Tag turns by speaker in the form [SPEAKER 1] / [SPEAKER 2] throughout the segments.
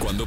[SPEAKER 1] Cuando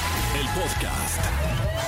[SPEAKER 1] El podcast.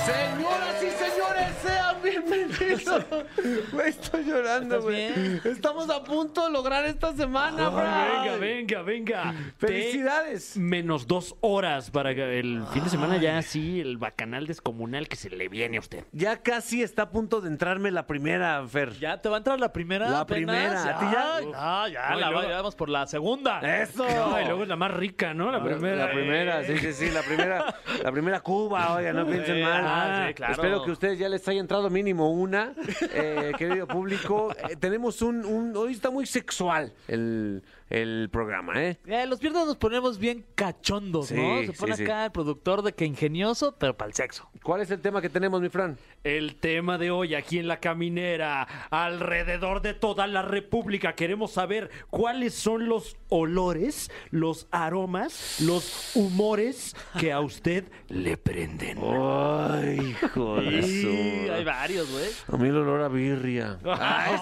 [SPEAKER 2] Señoras y señores, sean bienvenidos. Güey, estoy llorando, güey. Estamos a punto de lograr esta semana, Fran.
[SPEAKER 3] Venga, venga, venga.
[SPEAKER 2] Felicidades.
[SPEAKER 3] Te- menos dos horas para que el fin de semana ya sí, el bacanal descomunal que se le viene a usted.
[SPEAKER 2] Ya casi está a punto de entrarme la primera, Fer.
[SPEAKER 4] Ya te va a entrar la primera.
[SPEAKER 2] La
[SPEAKER 4] apenas?
[SPEAKER 2] primera, ¿a ti ya?
[SPEAKER 4] Ay, No, ya,
[SPEAKER 3] No, y
[SPEAKER 4] la,
[SPEAKER 3] luego-
[SPEAKER 4] ya vamos por la segunda.
[SPEAKER 2] Eso. Ah,
[SPEAKER 3] No, y luego
[SPEAKER 4] Ah,
[SPEAKER 3] es la más rica, ¿no? La primera.
[SPEAKER 2] La primera, sí,
[SPEAKER 3] Eh,
[SPEAKER 2] sí, sí, la primera, la primera Cuba, oiga, no piensen
[SPEAKER 4] Eh,
[SPEAKER 2] mal.
[SPEAKER 4] ah, sí, claro.
[SPEAKER 2] Espero que a ustedes ya les haya entrado mínimo una, Eh, querido público. eh, tenemos un, un- hoy está muy sexual el, el programa, ¿eh?
[SPEAKER 4] Eh, los viernes nos ponemos bien cachondos,
[SPEAKER 2] Sí,
[SPEAKER 4] ¿no? Se
[SPEAKER 2] sí,
[SPEAKER 4] pone
[SPEAKER 2] sí.
[SPEAKER 4] acá el productor de que ingenioso, pero para el sexo.
[SPEAKER 2] ¿Cuál es el tema que tenemos, mi Fran?
[SPEAKER 3] El tema de hoy aquí en La Caminera, alrededor de toda la República, queremos saber cuáles son los olores, los aromas, los humores que a usted le prenden.
[SPEAKER 2] Ay, hijo
[SPEAKER 4] Y hay varios, güey.
[SPEAKER 2] A mí el olor a birria.
[SPEAKER 3] Ay,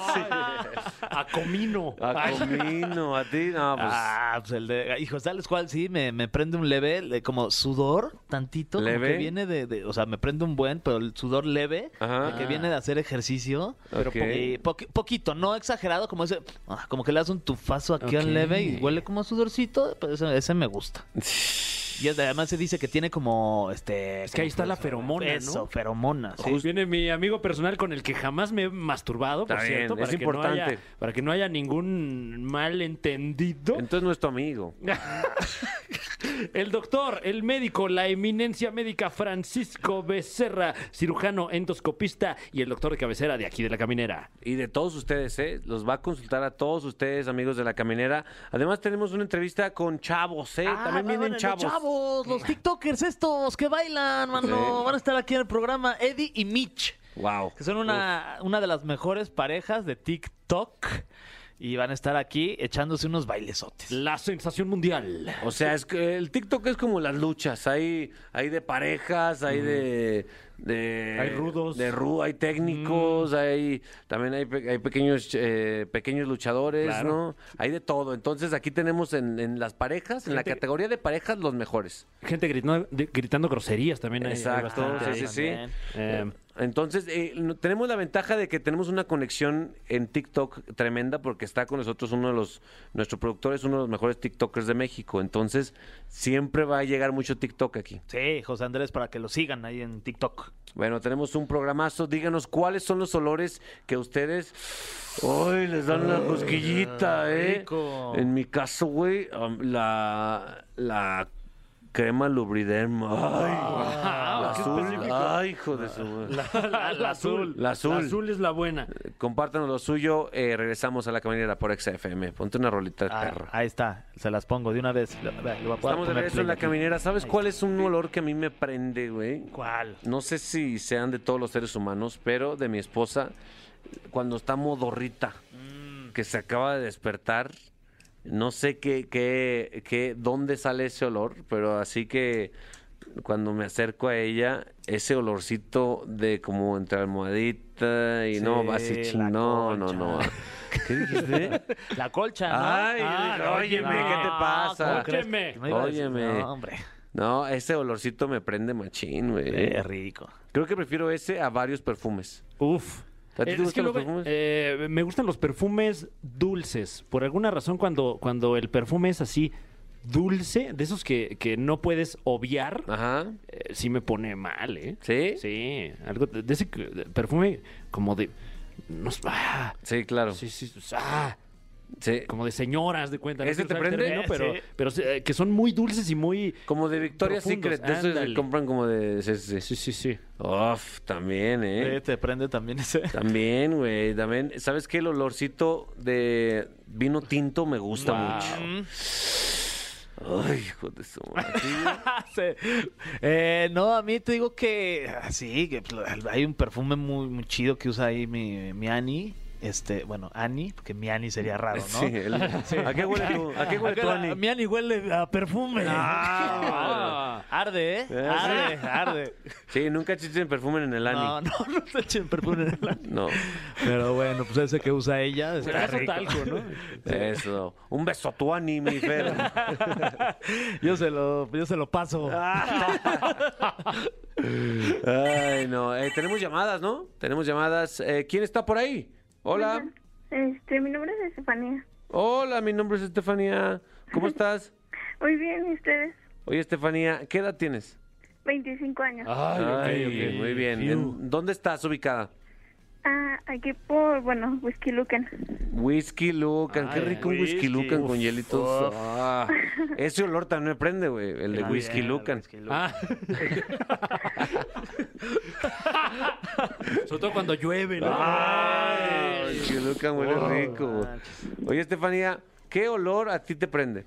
[SPEAKER 3] A comino.
[SPEAKER 2] A
[SPEAKER 3] Ay,
[SPEAKER 2] comino, a ti, no, pues.
[SPEAKER 4] Ah, pues el de. Hijo, ¿sabes cuál? Sí, me, me prende un leve, le- como sudor, tantito. como
[SPEAKER 2] ¿Leve?
[SPEAKER 4] que viene de, de- O sea, me prende un buen, pero el sudor leve,
[SPEAKER 2] Ajá.
[SPEAKER 4] de que viene de hacer ejercicio. Pero
[SPEAKER 2] Ok.
[SPEAKER 4] poqui- poqui- poquito, no exagerado, como ese. ah, Como que le das un tufazo aquí
[SPEAKER 3] Ok.
[SPEAKER 4] al leve y huele como a sudorcito, pero ese, ese me gusta. Y es- además se dice que tiene como. este
[SPEAKER 3] Es que ahí está la feromona, ¿no?
[SPEAKER 4] Eso, feromona. sí.
[SPEAKER 3] Sí, Pues viene mi amigo personal con el que jamás me he masturbado, por
[SPEAKER 2] Está bien,
[SPEAKER 3] cierto,
[SPEAKER 2] es
[SPEAKER 3] para, que No
[SPEAKER 2] importante.
[SPEAKER 3] haya, para que no haya ningún malentendido.
[SPEAKER 2] Entonces no es tu amigo.
[SPEAKER 3] El doctor, el médico, la eminencia médica Francisco Becerra, cirujano endoscopista y el doctor de cabecera de aquí de la caminera.
[SPEAKER 2] Y de todos ustedes, ¿eh? Los va a consultar a todos ustedes, amigos de la caminera. Además, tenemos una entrevista con chavos, ¿eh?
[SPEAKER 4] Ah,
[SPEAKER 2] También
[SPEAKER 4] van
[SPEAKER 2] vienen
[SPEAKER 4] los
[SPEAKER 2] chavos.
[SPEAKER 4] chavos, los TikTokers estos que bailan, mano.
[SPEAKER 2] Sí.
[SPEAKER 4] Van a estar aquí en el programa Eddie y Mitch.
[SPEAKER 2] Wow.
[SPEAKER 4] que son una, una de las mejores parejas de TikTok y van a estar aquí echándose unos bailesotes.
[SPEAKER 3] La sensación mundial.
[SPEAKER 2] O sea, es que el TikTok es como las luchas. Hay, hay de parejas, hay de, de-
[SPEAKER 3] Hay rudos.
[SPEAKER 2] De ru, hay técnicos, hay también hay, pe- hay pequeños, eh, pequeños luchadores,
[SPEAKER 3] Claro.
[SPEAKER 2] ¿no? Hay de todo. Entonces aquí tenemos en, en las parejas, en la
[SPEAKER 3] Gente-
[SPEAKER 2] categoría de parejas, los mejores.
[SPEAKER 3] Gente gritando, de- gritando groserías también. hay- hay
[SPEAKER 2] Exacto,
[SPEAKER 3] bastante
[SPEAKER 2] sí, sí,
[SPEAKER 3] ahí.
[SPEAKER 2] sí.
[SPEAKER 4] también.
[SPEAKER 3] Eh,
[SPEAKER 2] Entonces, eh, no- tenemos la ventaja de que tenemos una conexión en TikTok tremenda porque está con nosotros uno de los, nuestro productor es uno de los mejores TikTokers de México. Entonces, siempre va a llegar mucho TikTok aquí.
[SPEAKER 4] Sí, José Andrés, para que lo sigan ahí en TikTok.
[SPEAKER 2] Bueno, tenemos un programazo. Díganos cuáles son los olores que a ustedes. ¡Ay! Les dan la cosquillita, ¿eh?
[SPEAKER 4] rico.
[SPEAKER 2] En mi caso, güey, am, la. La crema lubriderm. ¡Ay! la
[SPEAKER 3] qué
[SPEAKER 2] azul.
[SPEAKER 3] específico.
[SPEAKER 2] ¡Ay, hijo de su.
[SPEAKER 3] la, la- la azul.
[SPEAKER 2] La azul. Eh,
[SPEAKER 3] es la buena.
[SPEAKER 2] Compártanos lo suyo. eh, regresamos a la caminera por XFM. Ponte una rolita,
[SPEAKER 4] Ah,
[SPEAKER 2] perro.
[SPEAKER 4] ahí está, se las pongo de una vez. Lo- ve, le voy a
[SPEAKER 2] Estamos de
[SPEAKER 4] poner
[SPEAKER 2] regreso en
[SPEAKER 4] play
[SPEAKER 2] la
[SPEAKER 4] aquí.
[SPEAKER 2] caminera. ¿Sabes
[SPEAKER 4] Ahí
[SPEAKER 2] cuál es un olor que a mí me prende, güey?
[SPEAKER 4] ¿Cuál?
[SPEAKER 2] No sé si sean de todos los seres humanos, pero de mi esposa, cuando está modorrita,
[SPEAKER 4] Mm.
[SPEAKER 2] que se acaba de despertar, no sé qué, qué, qué, dónde sale ese olor, pero así que cuando me acerco a ella, ese olorcito de como entre almohadita y no,
[SPEAKER 4] Sí,
[SPEAKER 2] así
[SPEAKER 4] la
[SPEAKER 2] ching- no, no,
[SPEAKER 4] colcha.
[SPEAKER 2] no. ¿Qué dijiste?
[SPEAKER 4] La colcha, ¿no?
[SPEAKER 2] Ay,
[SPEAKER 4] Ah,
[SPEAKER 2] dije, óyeme,
[SPEAKER 4] no.
[SPEAKER 2] ¿qué te pasa?
[SPEAKER 4] ¿Cómo crees?
[SPEAKER 3] Óyeme.
[SPEAKER 4] No iba a decir-
[SPEAKER 2] Óyeme.
[SPEAKER 4] no, hombre.
[SPEAKER 2] No, ese olorcito me prende machín, güey.
[SPEAKER 4] Qué Eh, rico.
[SPEAKER 2] Creo que prefiero ese a varios perfumes.
[SPEAKER 3] Uf.
[SPEAKER 2] ¿A ti te
[SPEAKER 3] Eh, es que
[SPEAKER 2] gustan los
[SPEAKER 3] luego,
[SPEAKER 2] perfumes?
[SPEAKER 3] eh, me gustan los perfumes dulces. Por alguna razón, cuando, cuando el perfume es así dulce, de esos que, que no puedes obviar,
[SPEAKER 2] Ajá.
[SPEAKER 3] eh, sí me pone mal, ¿eh?
[SPEAKER 2] ¿Sí?
[SPEAKER 3] Sí. Algo de, de ese que- de perfume como de... no sé, ah,
[SPEAKER 2] Sí, claro.
[SPEAKER 3] sí, sí, ah,
[SPEAKER 2] Sí.
[SPEAKER 3] como de señoras de cuenta.
[SPEAKER 2] ¿Ese
[SPEAKER 3] quiero
[SPEAKER 2] te
[SPEAKER 3] usar el
[SPEAKER 2] prende?
[SPEAKER 3] pero
[SPEAKER 4] Sí.
[SPEAKER 3] pero eh, que son muy dulces y muy...
[SPEAKER 2] Como de Victoria's
[SPEAKER 3] Profundos,
[SPEAKER 2] Secret, de esos que
[SPEAKER 3] ándale.
[SPEAKER 2] compran como de... Sí, sí, sí.
[SPEAKER 3] Sí, sí, sí.
[SPEAKER 2] Uf, también,
[SPEAKER 4] Eh,
[SPEAKER 2] ¿eh?
[SPEAKER 4] Te prende también ese.
[SPEAKER 2] También, güey, también. ¿Sabes qué? El olorcito de vino tinto me gusta mucho.
[SPEAKER 4] Mm.
[SPEAKER 2] Ay, hijo de su madre.
[SPEAKER 4] Sí. Eh, no, a mí te digo que ah, sí, que pues, hay un perfume muy, muy chido que usa ahí mi, mi Ani. este, bueno, Ani, porque mi Ani sería raro, ¿no?
[SPEAKER 2] Sí, el- ¿A qué huele tú? ¿A qué huele tu
[SPEAKER 4] Acá la-
[SPEAKER 2] Ani?
[SPEAKER 4] Mi Ani huele a perfume.
[SPEAKER 2] Ah.
[SPEAKER 4] arde, ¿eh?
[SPEAKER 2] Eh,
[SPEAKER 4] Arde, arde.
[SPEAKER 2] Sí, nunca echen perfume en el Ani.
[SPEAKER 4] No, no, no te echen perfume en el ano.
[SPEAKER 2] No,
[SPEAKER 4] Pero bueno, pues ese que usa ella.
[SPEAKER 3] Pero
[SPEAKER 4] Está
[SPEAKER 3] eso
[SPEAKER 4] rico.
[SPEAKER 3] talco, ¿no?
[SPEAKER 2] eso. Un beso a tu Ani, mi Fer.
[SPEAKER 4] Yo se lo, yo se lo paso.
[SPEAKER 2] Ah, Ay, no. Eh, tenemos llamadas, ¿no? Tenemos llamadas. Eh, ¿Quién está por ahí? Hola.
[SPEAKER 5] Este, mi nombre es Estefanía.
[SPEAKER 2] Hola, mi nombre es Estefanía. ¿Cómo estás?
[SPEAKER 5] Muy bien, ¿y ustedes?
[SPEAKER 2] Oye, Estefanía, ¿qué edad tienes?
[SPEAKER 5] 25 años.
[SPEAKER 3] Ay, ok, ok.
[SPEAKER 2] muy bien. ¿En- ¿Dónde estás ubicada?
[SPEAKER 5] Ah, aquí por, bueno, Whisky Lucan.
[SPEAKER 2] Whisky Lucan, qué
[SPEAKER 4] Ay,
[SPEAKER 2] rico un whisky
[SPEAKER 4] whisky.
[SPEAKER 2] Lucan con
[SPEAKER 4] Uf,
[SPEAKER 2] hielitos.
[SPEAKER 4] uf.
[SPEAKER 2] Ah, ese olor también me prende, güey, el de
[SPEAKER 4] Ah,
[SPEAKER 2] whisky
[SPEAKER 4] bien,
[SPEAKER 2] Lucan.
[SPEAKER 4] whisky
[SPEAKER 3] Ah. Sobre todo cuando llueve, ¿no?
[SPEAKER 2] Ah, whisky Lucan huele rico. güey. Oye, Estefanía, ¿qué olor a ti te prende?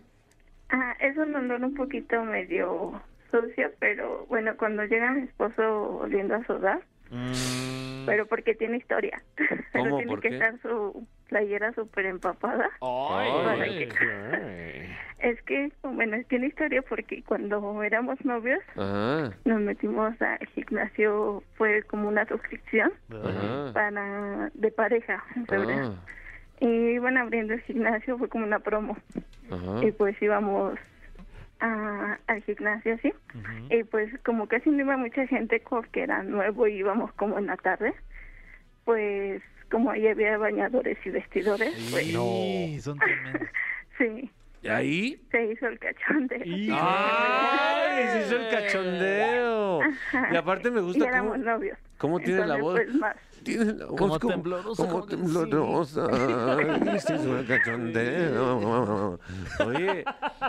[SPEAKER 5] Ah, es un olor un poquito medio sucio, pero bueno, cuando llega mi esposo oliendo a sudar, pero porque tiene historia.
[SPEAKER 2] Mm. ¿Cómo?
[SPEAKER 5] pero tiene
[SPEAKER 2] ¿Por
[SPEAKER 5] que
[SPEAKER 2] qué? Oh.
[SPEAKER 5] estar su playera súper empapada.
[SPEAKER 3] Ay,
[SPEAKER 5] Ay. Es que, bueno, tiene historia porque cuando éramos novios
[SPEAKER 2] Ajá,
[SPEAKER 5] nos metimos al gimnasio, fue como una suscripción
[SPEAKER 2] ajá.
[SPEAKER 5] para de pareja en febrero.
[SPEAKER 2] Ah,
[SPEAKER 5] Y iban abriendo el gimnasio, fue como una promo.
[SPEAKER 2] ajá.
[SPEAKER 5] Y pues íbamos a- al gimnasio así. Y pues como casi no iba mucha gente porque era nuevo y íbamos como en la tarde, pues como ahí había bañadores y vestidores, pues
[SPEAKER 4] Sí, son tremendos.
[SPEAKER 5] sí,
[SPEAKER 2] ¿Y ahí?
[SPEAKER 5] se hizo el cachonde.
[SPEAKER 2] ¡Ay! Se hizo el cachondeo. Y aparte me
[SPEAKER 5] Y
[SPEAKER 2] gusta cómo,
[SPEAKER 5] éramos novios.
[SPEAKER 2] cómo tiene la voz.
[SPEAKER 5] Entonces, pues, más.
[SPEAKER 2] Tiene la voz
[SPEAKER 4] Como temblorosa,
[SPEAKER 2] Como
[SPEAKER 4] como que-
[SPEAKER 2] temblorosa. Ay, se hizo el cachondeo. Oye,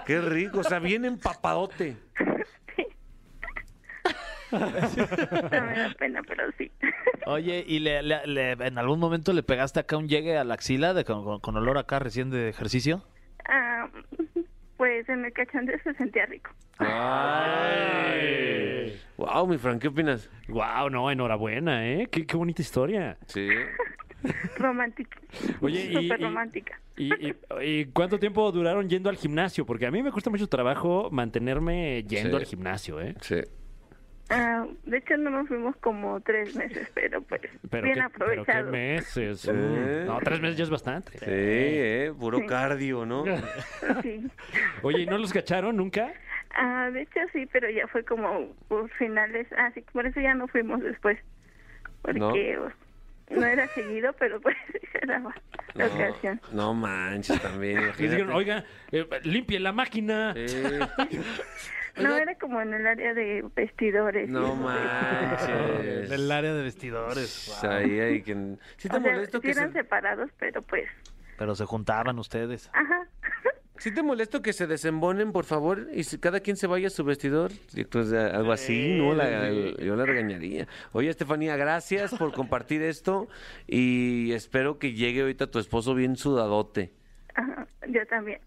[SPEAKER 2] qué rico. O sea, bien empapadote.
[SPEAKER 5] No me da pena, pero sí.
[SPEAKER 4] Oye, ¿y le, le- le- en algún momento le pegaste acá un llegue a la axila de, con, con- con olor acá recién de ejercicio?
[SPEAKER 5] Ah, pues en el cachonde se sentía rico.
[SPEAKER 4] Ah.
[SPEAKER 2] ¡Ay! Wow, mi Fran, ¿qué opinas?
[SPEAKER 3] Wow, no, enhorabuena, ¿eh? Qué, qué bonita historia.
[SPEAKER 2] Sí.
[SPEAKER 5] Romántica.
[SPEAKER 3] Oye, y-
[SPEAKER 5] Súper
[SPEAKER 3] y-
[SPEAKER 5] romántica.
[SPEAKER 3] ¿Y, y- y cuánto tiempo duraron yendo al gimnasio? Porque a mí me cuesta mucho trabajo mantenerme yendo
[SPEAKER 2] Sí.
[SPEAKER 3] al gimnasio, ¿eh?
[SPEAKER 2] Sí.
[SPEAKER 5] Ah, de hecho, no nos fuimos como tres meses, pero pues
[SPEAKER 3] Pero
[SPEAKER 5] bien
[SPEAKER 3] qué, pero qué
[SPEAKER 5] aprovechado.
[SPEAKER 3] meses.
[SPEAKER 2] Sí.
[SPEAKER 3] Mm. No, tres meses ya es bastante.
[SPEAKER 2] Sí, eh, puro
[SPEAKER 5] Sí.
[SPEAKER 2] cardio, ¿no?
[SPEAKER 5] Sí.
[SPEAKER 3] Oye, ¿y no los cacharon nunca?
[SPEAKER 5] Ah, de hecho, sí, pero ya fue como por finales. Así que por eso ya no fuimos después. Porque pues, no, era seguido, pero pues era la ocasión.
[SPEAKER 2] No, no manches también.
[SPEAKER 3] Les dijeron,
[SPEAKER 2] imagínate.
[SPEAKER 3] oiga, eh, limpien la máquina.
[SPEAKER 2] Sí.
[SPEAKER 5] No, era como en el área de vestidores.
[SPEAKER 2] No manches.
[SPEAKER 4] Del área de vestidores.
[SPEAKER 2] Pues
[SPEAKER 4] wow.
[SPEAKER 2] Ahí hay quien... Sí te
[SPEAKER 5] O sea,
[SPEAKER 2] molesto
[SPEAKER 5] sí
[SPEAKER 2] que
[SPEAKER 5] eran
[SPEAKER 2] se...
[SPEAKER 5] separados, pero pues,
[SPEAKER 4] Pero se juntaban ustedes.
[SPEAKER 5] ajá.
[SPEAKER 2] sí te molesto que se desembonen, por favor, y si cada quien se vaya a su vestidor, Sí, pues, a- algo así, ¿no? La- yo la regañaría. Oye, Estefanía, gracias por compartir esto y espero que llegue ahorita tu esposo bien sudadote.
[SPEAKER 5] ajá, Yo también.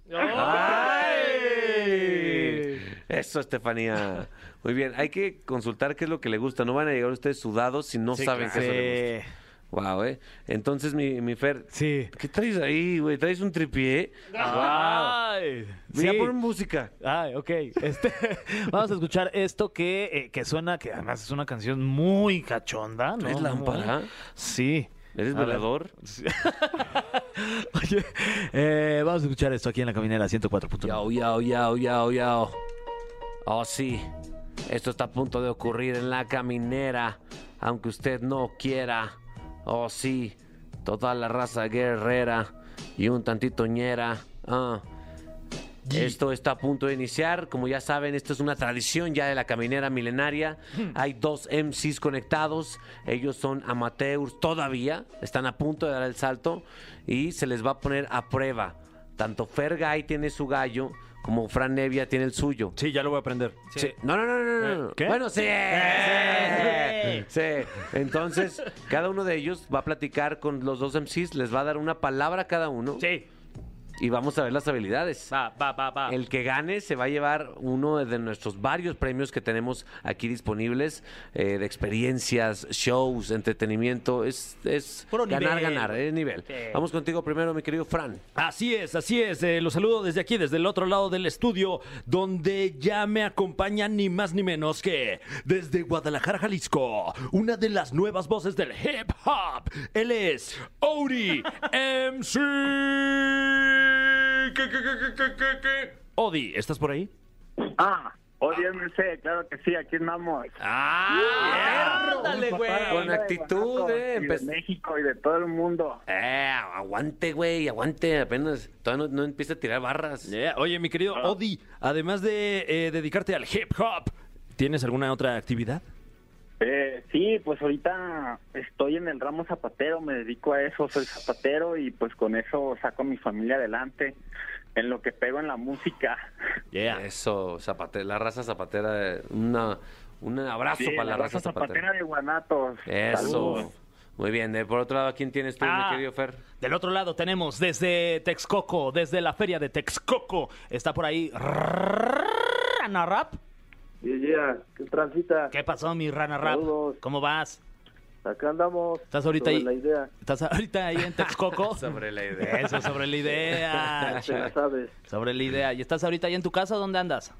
[SPEAKER 2] ¡Ay! Eso, Estefanía. Muy bien, hay que consultar qué es lo que le gusta. No van a llegar ustedes sudados si no saben qué es lo que les gusta. Wow, ¿eh? Entonces, mi, mi Fer,
[SPEAKER 4] Sí.
[SPEAKER 2] ¿Qué traes ahí, güey? ¿Traes un tripié?
[SPEAKER 4] ¡Ah!
[SPEAKER 2] ¡Guau!
[SPEAKER 4] Ay,
[SPEAKER 2] Mira,
[SPEAKER 4] sí.
[SPEAKER 2] pon música.
[SPEAKER 4] Ay, ok. Este, vamos a escuchar esto que, eh, que suena, que además es una canción muy cachonda, ¿no?
[SPEAKER 2] ¿Traes lámpara?
[SPEAKER 4] Sí.
[SPEAKER 2] ¿Eres
[SPEAKER 4] A ver.
[SPEAKER 2] velador?
[SPEAKER 4] Oye, eh, vamos a escuchar esto aquí en la caminera 104.9.
[SPEAKER 2] Yao, yao, yao, yao, yao. Oh, sí. Esto está a punto de ocurrir en la caminera, aunque usted no quiera. Oh, sí. Toda la raza guerrera y un tantito ñera. Ah. Esto está a punto de iniciar. Como ya saben, esto es una tradición ya de la caminera milenaria.
[SPEAKER 3] Hmm.
[SPEAKER 2] Hay dos MCs conectados. Ellos son amateurs todavía. Están a punto de dar el salto y se les va a poner a prueba. Tanto Fergay tiene su gallo como Fran Nevia tiene el suyo.
[SPEAKER 3] Sí, ya lo voy a aprender. ¿Eh?
[SPEAKER 2] Sí. No, no, no, no, no, no.
[SPEAKER 3] ¿Qué?
[SPEAKER 2] Bueno, sí. Sí. Entonces, cada uno de ellos va a platicar con los dos MCs, les va a dar una palabra a cada uno.
[SPEAKER 3] Sí.
[SPEAKER 2] y vamos a ver las habilidades.
[SPEAKER 4] Va, va, va, va.
[SPEAKER 2] El que gane se va a llevar uno de nuestros varios premios que tenemos aquí disponibles eh, de experiencias, shows, entretenimiento. Es, es
[SPEAKER 4] Puro
[SPEAKER 2] ganar,
[SPEAKER 4] nivel.
[SPEAKER 2] ganar, es nivel.
[SPEAKER 4] Sí.
[SPEAKER 2] Vamos contigo primero, mi querido Fran.
[SPEAKER 3] Así es, así es. Eh, los saludo desde aquí, desde el otro lado del estudio, donde ya me acompaña ni más ni menos que desde Guadalajara, Jalisco, una de las nuevas voces del hip hop. Él es Odi MC. ¿Qué, qué, qué, qué, qué, qué? Odi, ¿estás por ahí?
[SPEAKER 6] Ah, ODMC, claro que sí, aquí andamos.
[SPEAKER 4] Ah, Ándale, güey.
[SPEAKER 2] Con actitud, eh,
[SPEAKER 6] De, Guanajuato, y
[SPEAKER 2] empe-
[SPEAKER 6] de México y de todo el mundo.
[SPEAKER 2] Eh, aguante, güey, aguante. Apenas todavía Ah, no, no empieza a tirar barras. Ah.
[SPEAKER 3] Yeah, Oye, mi querido Odi, además de eh, dedicarte al hip hop, ¿tienes alguna otra actividad?
[SPEAKER 6] Eh, sí, pues ahorita estoy en el ramo zapatero, me dedico a eso, soy zapatero y pues con eso saco a mi familia adelante, en lo que pego en la música.
[SPEAKER 2] Eso, zapate- la raza zapatera. eh, Una, un abrazo
[SPEAKER 6] Sí,
[SPEAKER 2] para la, raza zapatera.
[SPEAKER 6] de Guanatos.
[SPEAKER 2] Eso.
[SPEAKER 6] Saludos.
[SPEAKER 2] Muy bien. eh, por otro lado, ¿a quién tienes tú,
[SPEAKER 4] Ah.
[SPEAKER 2] mi querido Fer?
[SPEAKER 4] Del otro lado tenemos desde Texcoco, desde la feria de Texcoco. Está por ahí Rana Rap.
[SPEAKER 7] Yeah, yeah, ¿qué transita?
[SPEAKER 4] ¿Qué pasó, mi Rana Rap?
[SPEAKER 7] Saludos.
[SPEAKER 4] ¿Cómo vas?
[SPEAKER 7] Acá andamos.
[SPEAKER 4] ¿Estás ahorita
[SPEAKER 7] sobre
[SPEAKER 4] ahí?
[SPEAKER 7] la idea,
[SPEAKER 4] ¿Estás ahorita ahí en Texcoco?
[SPEAKER 2] Sobre la idea.
[SPEAKER 4] Eso, sobre la idea.
[SPEAKER 7] te la sabes.
[SPEAKER 4] Sobre la idea. ¿Y estás ahorita ahí en tu casa? ¿Dónde andas?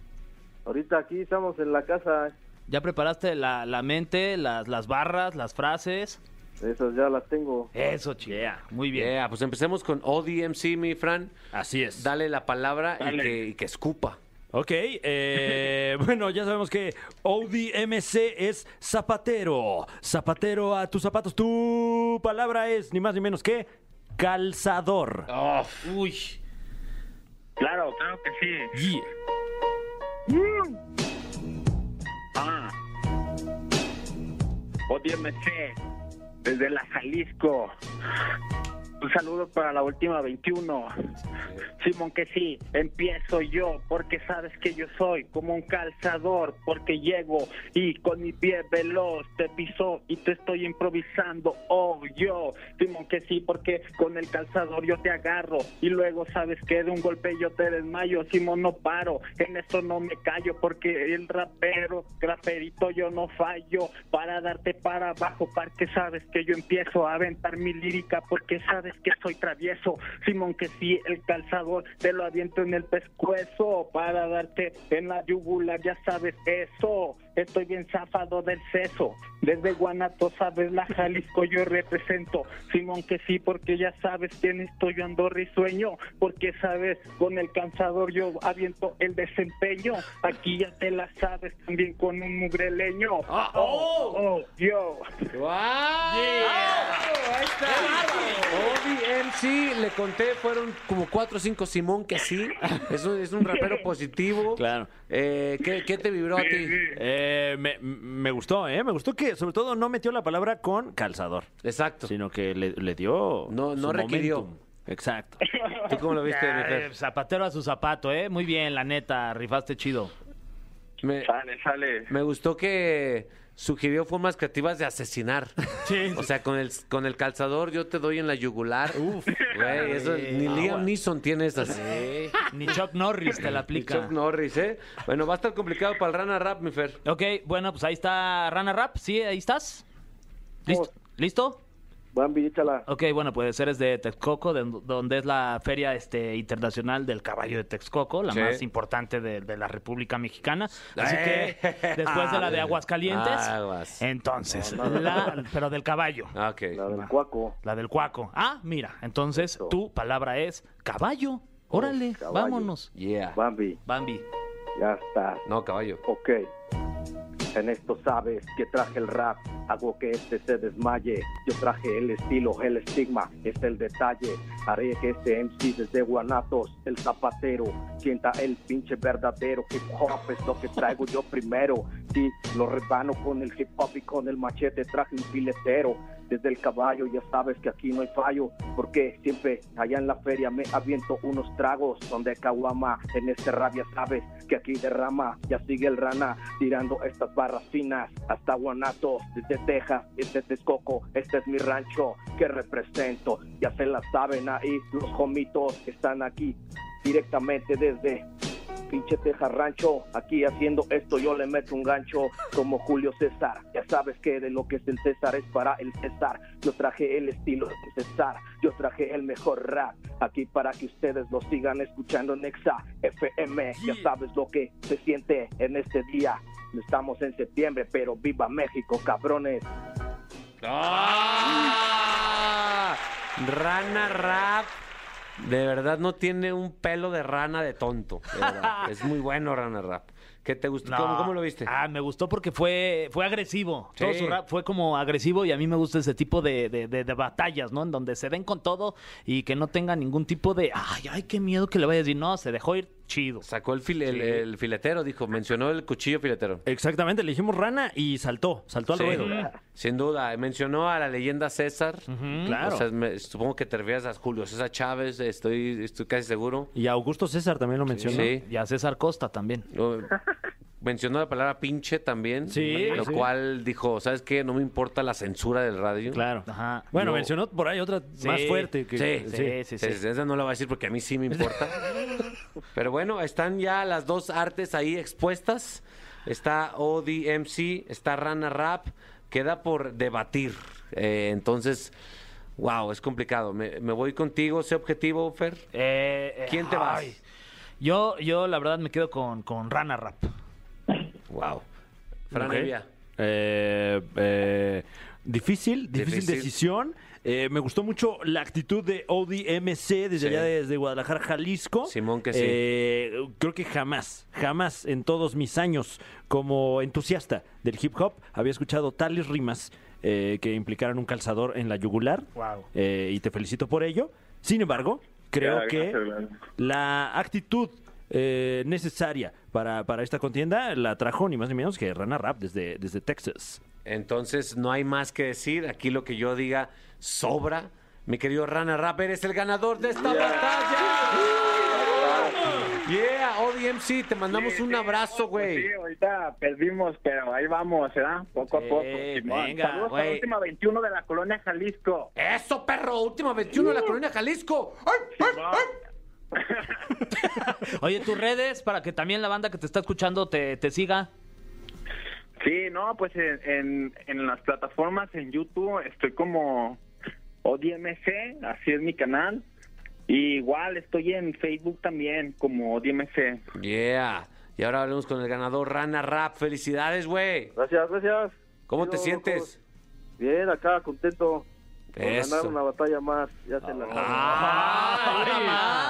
[SPEAKER 7] Ahorita aquí estamos en la casa.
[SPEAKER 4] ¿Ya preparaste la, la mente, las, las barras, las frases?
[SPEAKER 7] Esas ya las tengo.
[SPEAKER 4] Eso, chea. Muy bien.
[SPEAKER 2] Yeah, pues empecemos con ODMC, mi Fran.
[SPEAKER 3] Así es.
[SPEAKER 2] Dale la palabra y
[SPEAKER 6] Dale.
[SPEAKER 2] que, y que escupa.
[SPEAKER 3] Ok, eh, bueno, ya sabemos que ODMC es zapatero. Zapatero a tus zapatos. Tu palabra es ni más ni menos que calzador.
[SPEAKER 4] Uy.
[SPEAKER 6] Claro, claro que sí.
[SPEAKER 3] Yeah.
[SPEAKER 6] Ah. ODMC, desde la Jalisco. Un saludo para la última 21. Simón, que sí, empiezo yo, porque sabes que yo soy como un calzador, porque llego y con mi pie veloz te piso y te estoy improvisando. Oh, yo, Simón, que sí, porque con el calzador yo te agarro y luego sabes que de un golpe yo te desmayo. Simón, no paro, en esto no me callo, porque el rapero, raperito yo no fallo para darte para abajo, porque sabes que yo empiezo a aventar mi lírica, porque sabes que soy travieso. Simón, que sí, el calzador te lo aviento en el pescuezo para darte en la yugular, ya sabes eso. Estoy bien zafado del seso. Desde Guanato, sabes, la Jalisco yo represento. Simón, que sí, porque ya sabes quién estoy, yo ando risueño. Porque sabes, con el cansador yo aviento el desempeño. Aquí ya te la sabes también con un mugreleño.
[SPEAKER 2] Ah,
[SPEAKER 6] oh, oh, yo.
[SPEAKER 2] ¡Wow! ¡Ahí está! ODMC, le conté, fueron como cuatro o cinco Simón que sí. Es un, es un rapero positivo.
[SPEAKER 3] Claro.
[SPEAKER 2] Eh, ¿qué, qué te vibró a ti?
[SPEAKER 3] Eh, me, me gustó, ¿eh? Me gustó que sobre todo no metió la palabra con calzador,
[SPEAKER 2] Exacto.
[SPEAKER 3] sino que le, le dio...
[SPEAKER 2] No- no
[SPEAKER 3] su
[SPEAKER 2] requirió.
[SPEAKER 3] momentum. Exacto.
[SPEAKER 2] ¿Tú cómo lo viste, mi
[SPEAKER 4] Eh,
[SPEAKER 2] Fer?
[SPEAKER 4] zapatero a su zapato, ¿eh? Muy bien, la neta. Rifaste chido.
[SPEAKER 2] Me,
[SPEAKER 6] Sale, sale.
[SPEAKER 2] me gustó que sugirió formas creativas de asesinar.
[SPEAKER 3] Sí.
[SPEAKER 2] O sea, con el, con el calzador yo te doy en la yugular. Uf. Güey, eso, ni
[SPEAKER 4] Ah,
[SPEAKER 2] Liam
[SPEAKER 4] bueno.
[SPEAKER 2] Neeson tiene esas.
[SPEAKER 4] Ni Chuck Norris te la
[SPEAKER 2] Ni
[SPEAKER 4] aplica.
[SPEAKER 2] Chuck Norris, ¿eh? Bueno, va a estar complicado para el Rana Rap, mi Fer.
[SPEAKER 4] Ok, bueno, pues ahí está Rana Rap. Sí, ahí estás. ¿Listo?
[SPEAKER 7] Vamos.
[SPEAKER 4] ¿Listo?
[SPEAKER 7] Bambi, échala.
[SPEAKER 4] Ok, bueno, pues eres de Texcoco, de donde es la feria este, internacional del caballo de Texcoco, la
[SPEAKER 2] Sí.
[SPEAKER 4] más importante de, de la República Mexicana. Así que después de la de Aguascalientes,
[SPEAKER 2] Eh. Aguas.
[SPEAKER 4] entonces, la- pero del caballo,
[SPEAKER 2] Ah, ok.
[SPEAKER 7] La del cuaco.
[SPEAKER 4] la del cuaco. Ah, mira, entonces tu palabra es caballo. Órale,
[SPEAKER 7] caballo.
[SPEAKER 4] vámonos.
[SPEAKER 2] Yeah.
[SPEAKER 7] Bambi,
[SPEAKER 4] Bambi.
[SPEAKER 7] ya estás.
[SPEAKER 2] No, caballo.
[SPEAKER 7] Ok. En esto sabes que traje el rap, hago que este se desmaye. Yo traje el estilo, el estigma, es el detalle. Haré que este MC desde Guanatos, el zapatero, sienta el pinche verdadero hip hop, es lo que traigo yo primero. Sí, lo rebano con el hip hop y con el machete, traje un filetero. desde el caballo, ya sabes que aquí no hay fallo, porque siempre allá en la feria me aviento unos tragos, donde caguama, en este rabia sabes que aquí derrama, ya sigue el rana, tirando estas barras finas, hasta Guanatos, desde Texas, desde Texcoco, este es mi rancho que represento, ya se la saben ahí, los jomitos que están aquí, directamente desde pinche Teja Rancho. Aquí haciendo esto yo le meto un gancho como Julio César. Ya sabes que de lo que es el César es para el César. Yo traje el estilo de César. Yo traje el mejor rap. Aquí para que ustedes lo sigan escuchando en Exa FM. Ya sabes lo que se siente en este día. Estamos en septiembre, pero viva México, cabrones.
[SPEAKER 2] ¡Ah! Rana Rap. De verdad no tiene un pelo de rana de tonto. de verdad. es muy bueno Rana Rap. ¿Qué te gustó? ¿Cómo,
[SPEAKER 4] No.
[SPEAKER 2] cómo lo viste?
[SPEAKER 4] Ah, me gustó porque fue, fue agresivo.
[SPEAKER 2] Sí.
[SPEAKER 4] Todo su rap fue como agresivo y a mí me gusta ese tipo de, de- de- de batallas, ¿no? En donde se den con todo y que no tenga ningún tipo de, ay, ay, qué miedo que le vaya a decir. No, se dejó ir chido.
[SPEAKER 2] Sacó el, fil- el- el filetero, dijo, mencionó el cuchillo filetero.
[SPEAKER 3] Exactamente, le dijimos rana y saltó, saltó al
[SPEAKER 2] Sí,
[SPEAKER 3] ruedo.
[SPEAKER 2] Sin duda, mencionó a la leyenda César.
[SPEAKER 3] Claro.
[SPEAKER 2] O sea, me- supongo que te refieres a Julio César Chávez, estoy, estoy casi seguro.
[SPEAKER 3] Y Augusto César también lo mencionó.
[SPEAKER 2] Sí.
[SPEAKER 4] Y a César Costa también.
[SPEAKER 2] Lo- mencionó la palabra pinche también.
[SPEAKER 3] Sí,
[SPEAKER 2] Lo
[SPEAKER 3] sí.
[SPEAKER 2] cual dijo, ¿sabes qué? No me importa la censura del radio.
[SPEAKER 3] Claro.
[SPEAKER 4] Ajá.
[SPEAKER 3] Bueno,
[SPEAKER 2] No.
[SPEAKER 3] mencionó por ahí otra más fuerte. Que,
[SPEAKER 2] Sí,
[SPEAKER 4] sí,
[SPEAKER 2] sí,
[SPEAKER 4] sí,
[SPEAKER 2] sí,
[SPEAKER 4] sí.
[SPEAKER 2] Esa no la voy a decir porque a mí sí me importa. Pero bueno, están ya las dos artes ahí expuestas. Está ODMC, está Rana Rap. Queda por debatir. Eh, entonces, wow, es complicado. Me, me voy contigo, sé objetivo, Fer.
[SPEAKER 4] Eh, eh,
[SPEAKER 2] ¿Quién te vas?
[SPEAKER 4] ay. Yo, yo la verdad me quedo con, con Rana Rap.
[SPEAKER 2] Wow. Fran
[SPEAKER 3] Ok.
[SPEAKER 2] Evia.
[SPEAKER 3] Eh, eh, difícil, difícil,
[SPEAKER 2] Difícil.
[SPEAKER 3] decisión. Eh, me gustó mucho la actitud de ODMC desde
[SPEAKER 2] Sí.
[SPEAKER 3] allá, desde Guadalajara, Jalisco.
[SPEAKER 2] Simón que sí.
[SPEAKER 3] Eh, creo que jamás, jamás en todos mis años como entusiasta del hip hop había escuchado tales rimas eh, que implicaran un calzador en la yugular.
[SPEAKER 4] Wow.
[SPEAKER 3] Eh, y te felicito por ello. Sin embargo, creo
[SPEAKER 6] Ya,
[SPEAKER 3] que
[SPEAKER 6] gracias, gracias.
[SPEAKER 3] la actitud eh, necesaria para, para esta contienda la trajo ni más ni menos que Rana Rap desde, desde Texas.
[SPEAKER 2] Entonces, no hay más que decir. Aquí lo que yo diga sobra. Mi querido Rana Rap, eres el ganador de esta batalla. Yeah, ODMC, te mandamos
[SPEAKER 6] Sí,
[SPEAKER 2] un
[SPEAKER 6] sí,
[SPEAKER 2] abrazo,
[SPEAKER 6] no, pues
[SPEAKER 2] güey.
[SPEAKER 6] sí, ahorita perdimos, pero ahí vamos, ¿verdad? Poco a
[SPEAKER 2] Sí,
[SPEAKER 6] poco. Simón.
[SPEAKER 2] venga,
[SPEAKER 6] Saludos a la
[SPEAKER 2] güey.
[SPEAKER 6] última 21 de la colonia Jalisco.
[SPEAKER 2] Eso, perro, última 21 de la colonia Jalisco. ¡Ay, ay,
[SPEAKER 6] Simón.
[SPEAKER 2] ay!
[SPEAKER 4] Oye, tus redes para que también la banda que te está escuchando te, te siga.
[SPEAKER 6] Sí, no, pues en, en, en las plataformas, en YouTube, estoy como ODMC, así es mi canal. Y igual estoy en Facebook también, como ODMC.
[SPEAKER 2] Yeah. Y ahora hablemos con el ganador Rana Rap. Felicidades, güey.
[SPEAKER 7] Gracias, gracias.
[SPEAKER 2] ¿Cómo te
[SPEAKER 7] Chido,
[SPEAKER 2] sientes?
[SPEAKER 7] locos. Bien, acá contento por
[SPEAKER 2] Eso.
[SPEAKER 7] ganar una batalla más. Ya se la
[SPEAKER 2] Ah, una más.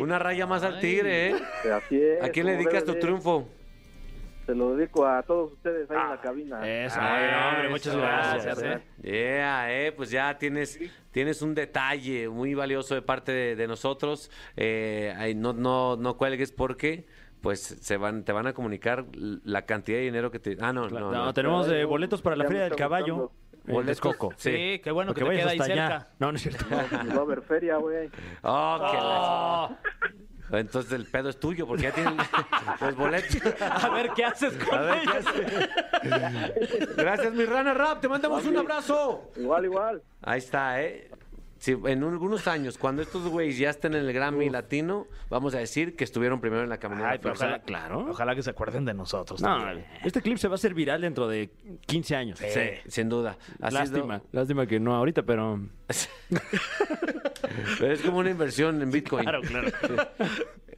[SPEAKER 2] Una raya más al tigre, ¿eh?
[SPEAKER 7] Así es,
[SPEAKER 2] ¿A quién le
[SPEAKER 7] como
[SPEAKER 2] dedicas
[SPEAKER 7] debe
[SPEAKER 2] tu
[SPEAKER 7] de.
[SPEAKER 2] triunfo?
[SPEAKER 7] Se lo dedico a todos ustedes ahí en la cabina.
[SPEAKER 3] Eso,
[SPEAKER 2] Ah,
[SPEAKER 3] hombre, muchas
[SPEAKER 2] eso,
[SPEAKER 3] gracias.
[SPEAKER 7] gracias,
[SPEAKER 3] ¿eh?
[SPEAKER 2] Yeah, eh, pues ya tienes, tienes un detalle muy valioso de parte de, de nosotros. Eh, ay, no, no, no cuelgues porque pues se van, te van a comunicar la cantidad de dinero que te. Ah, no, no,
[SPEAKER 3] Claro,
[SPEAKER 2] no.
[SPEAKER 3] no, tenemos eh, boletos para la
[SPEAKER 7] Ya me
[SPEAKER 3] Feria del
[SPEAKER 7] está
[SPEAKER 3] Caballo.
[SPEAKER 7] gustando.
[SPEAKER 3] en
[SPEAKER 2] Boletos.
[SPEAKER 3] Texcoco.
[SPEAKER 2] Sí.
[SPEAKER 4] qué bueno que,
[SPEAKER 3] Para
[SPEAKER 4] te
[SPEAKER 3] vayas
[SPEAKER 4] queda ahí
[SPEAKER 3] hasta allá.
[SPEAKER 4] cerca.
[SPEAKER 3] No, no es cierto.
[SPEAKER 7] Va a haber feria, güey.
[SPEAKER 2] Oh, que la- Entonces el pedo es tuyo porque ya tienen los boletos.
[SPEAKER 4] A ver qué haces con ellos?
[SPEAKER 2] Gracias, mi rana rap. Te mandamos un abrazo.
[SPEAKER 7] Ah, Igual, igual.
[SPEAKER 2] Ahí está, ¿eh? Sí, en un- algunos años, cuando estos güeyes ya estén en el Grammy Latino, vamos a decir que estuvieron primero en la caminera.
[SPEAKER 4] Ay, pero
[SPEAKER 2] Pero,
[SPEAKER 4] ojalá,
[SPEAKER 3] claro.
[SPEAKER 4] Ojalá que se acuerden de nosotros.
[SPEAKER 3] No,
[SPEAKER 4] también.
[SPEAKER 3] este clip se va a hacer viral dentro de 15 años.
[SPEAKER 2] sí, sin duda. Ha sido-
[SPEAKER 3] Lástima, lástima que no ahorita, pero
[SPEAKER 2] pero es como una inversión en Bitcoin.
[SPEAKER 4] Claro, claro.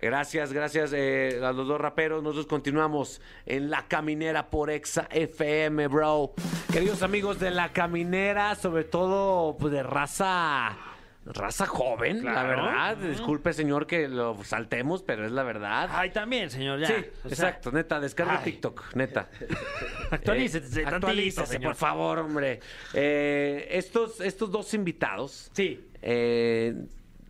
[SPEAKER 2] Gracias, gracias eh, a los dos raperos. Nosotros continuamos en La Caminera por Exa FM, bro. Queridos amigos de La Caminera, sobre todo pues, de raza. Raza joven, la verdad. Disculpe, señor, que lo saltemos, pero es la verdad.
[SPEAKER 3] Ay, también, señor, ya.
[SPEAKER 2] sí,
[SPEAKER 3] O sea,
[SPEAKER 2] exacto, neta, descarga
[SPEAKER 3] ay.
[SPEAKER 2] TikTok, neta.
[SPEAKER 3] Actualícese,
[SPEAKER 2] Eh,
[SPEAKER 3] tantito,
[SPEAKER 2] actualícese,
[SPEAKER 3] señor.
[SPEAKER 2] por favor, hombre. Eh, estos, estos dos invitados,
[SPEAKER 3] Sí.
[SPEAKER 2] eh,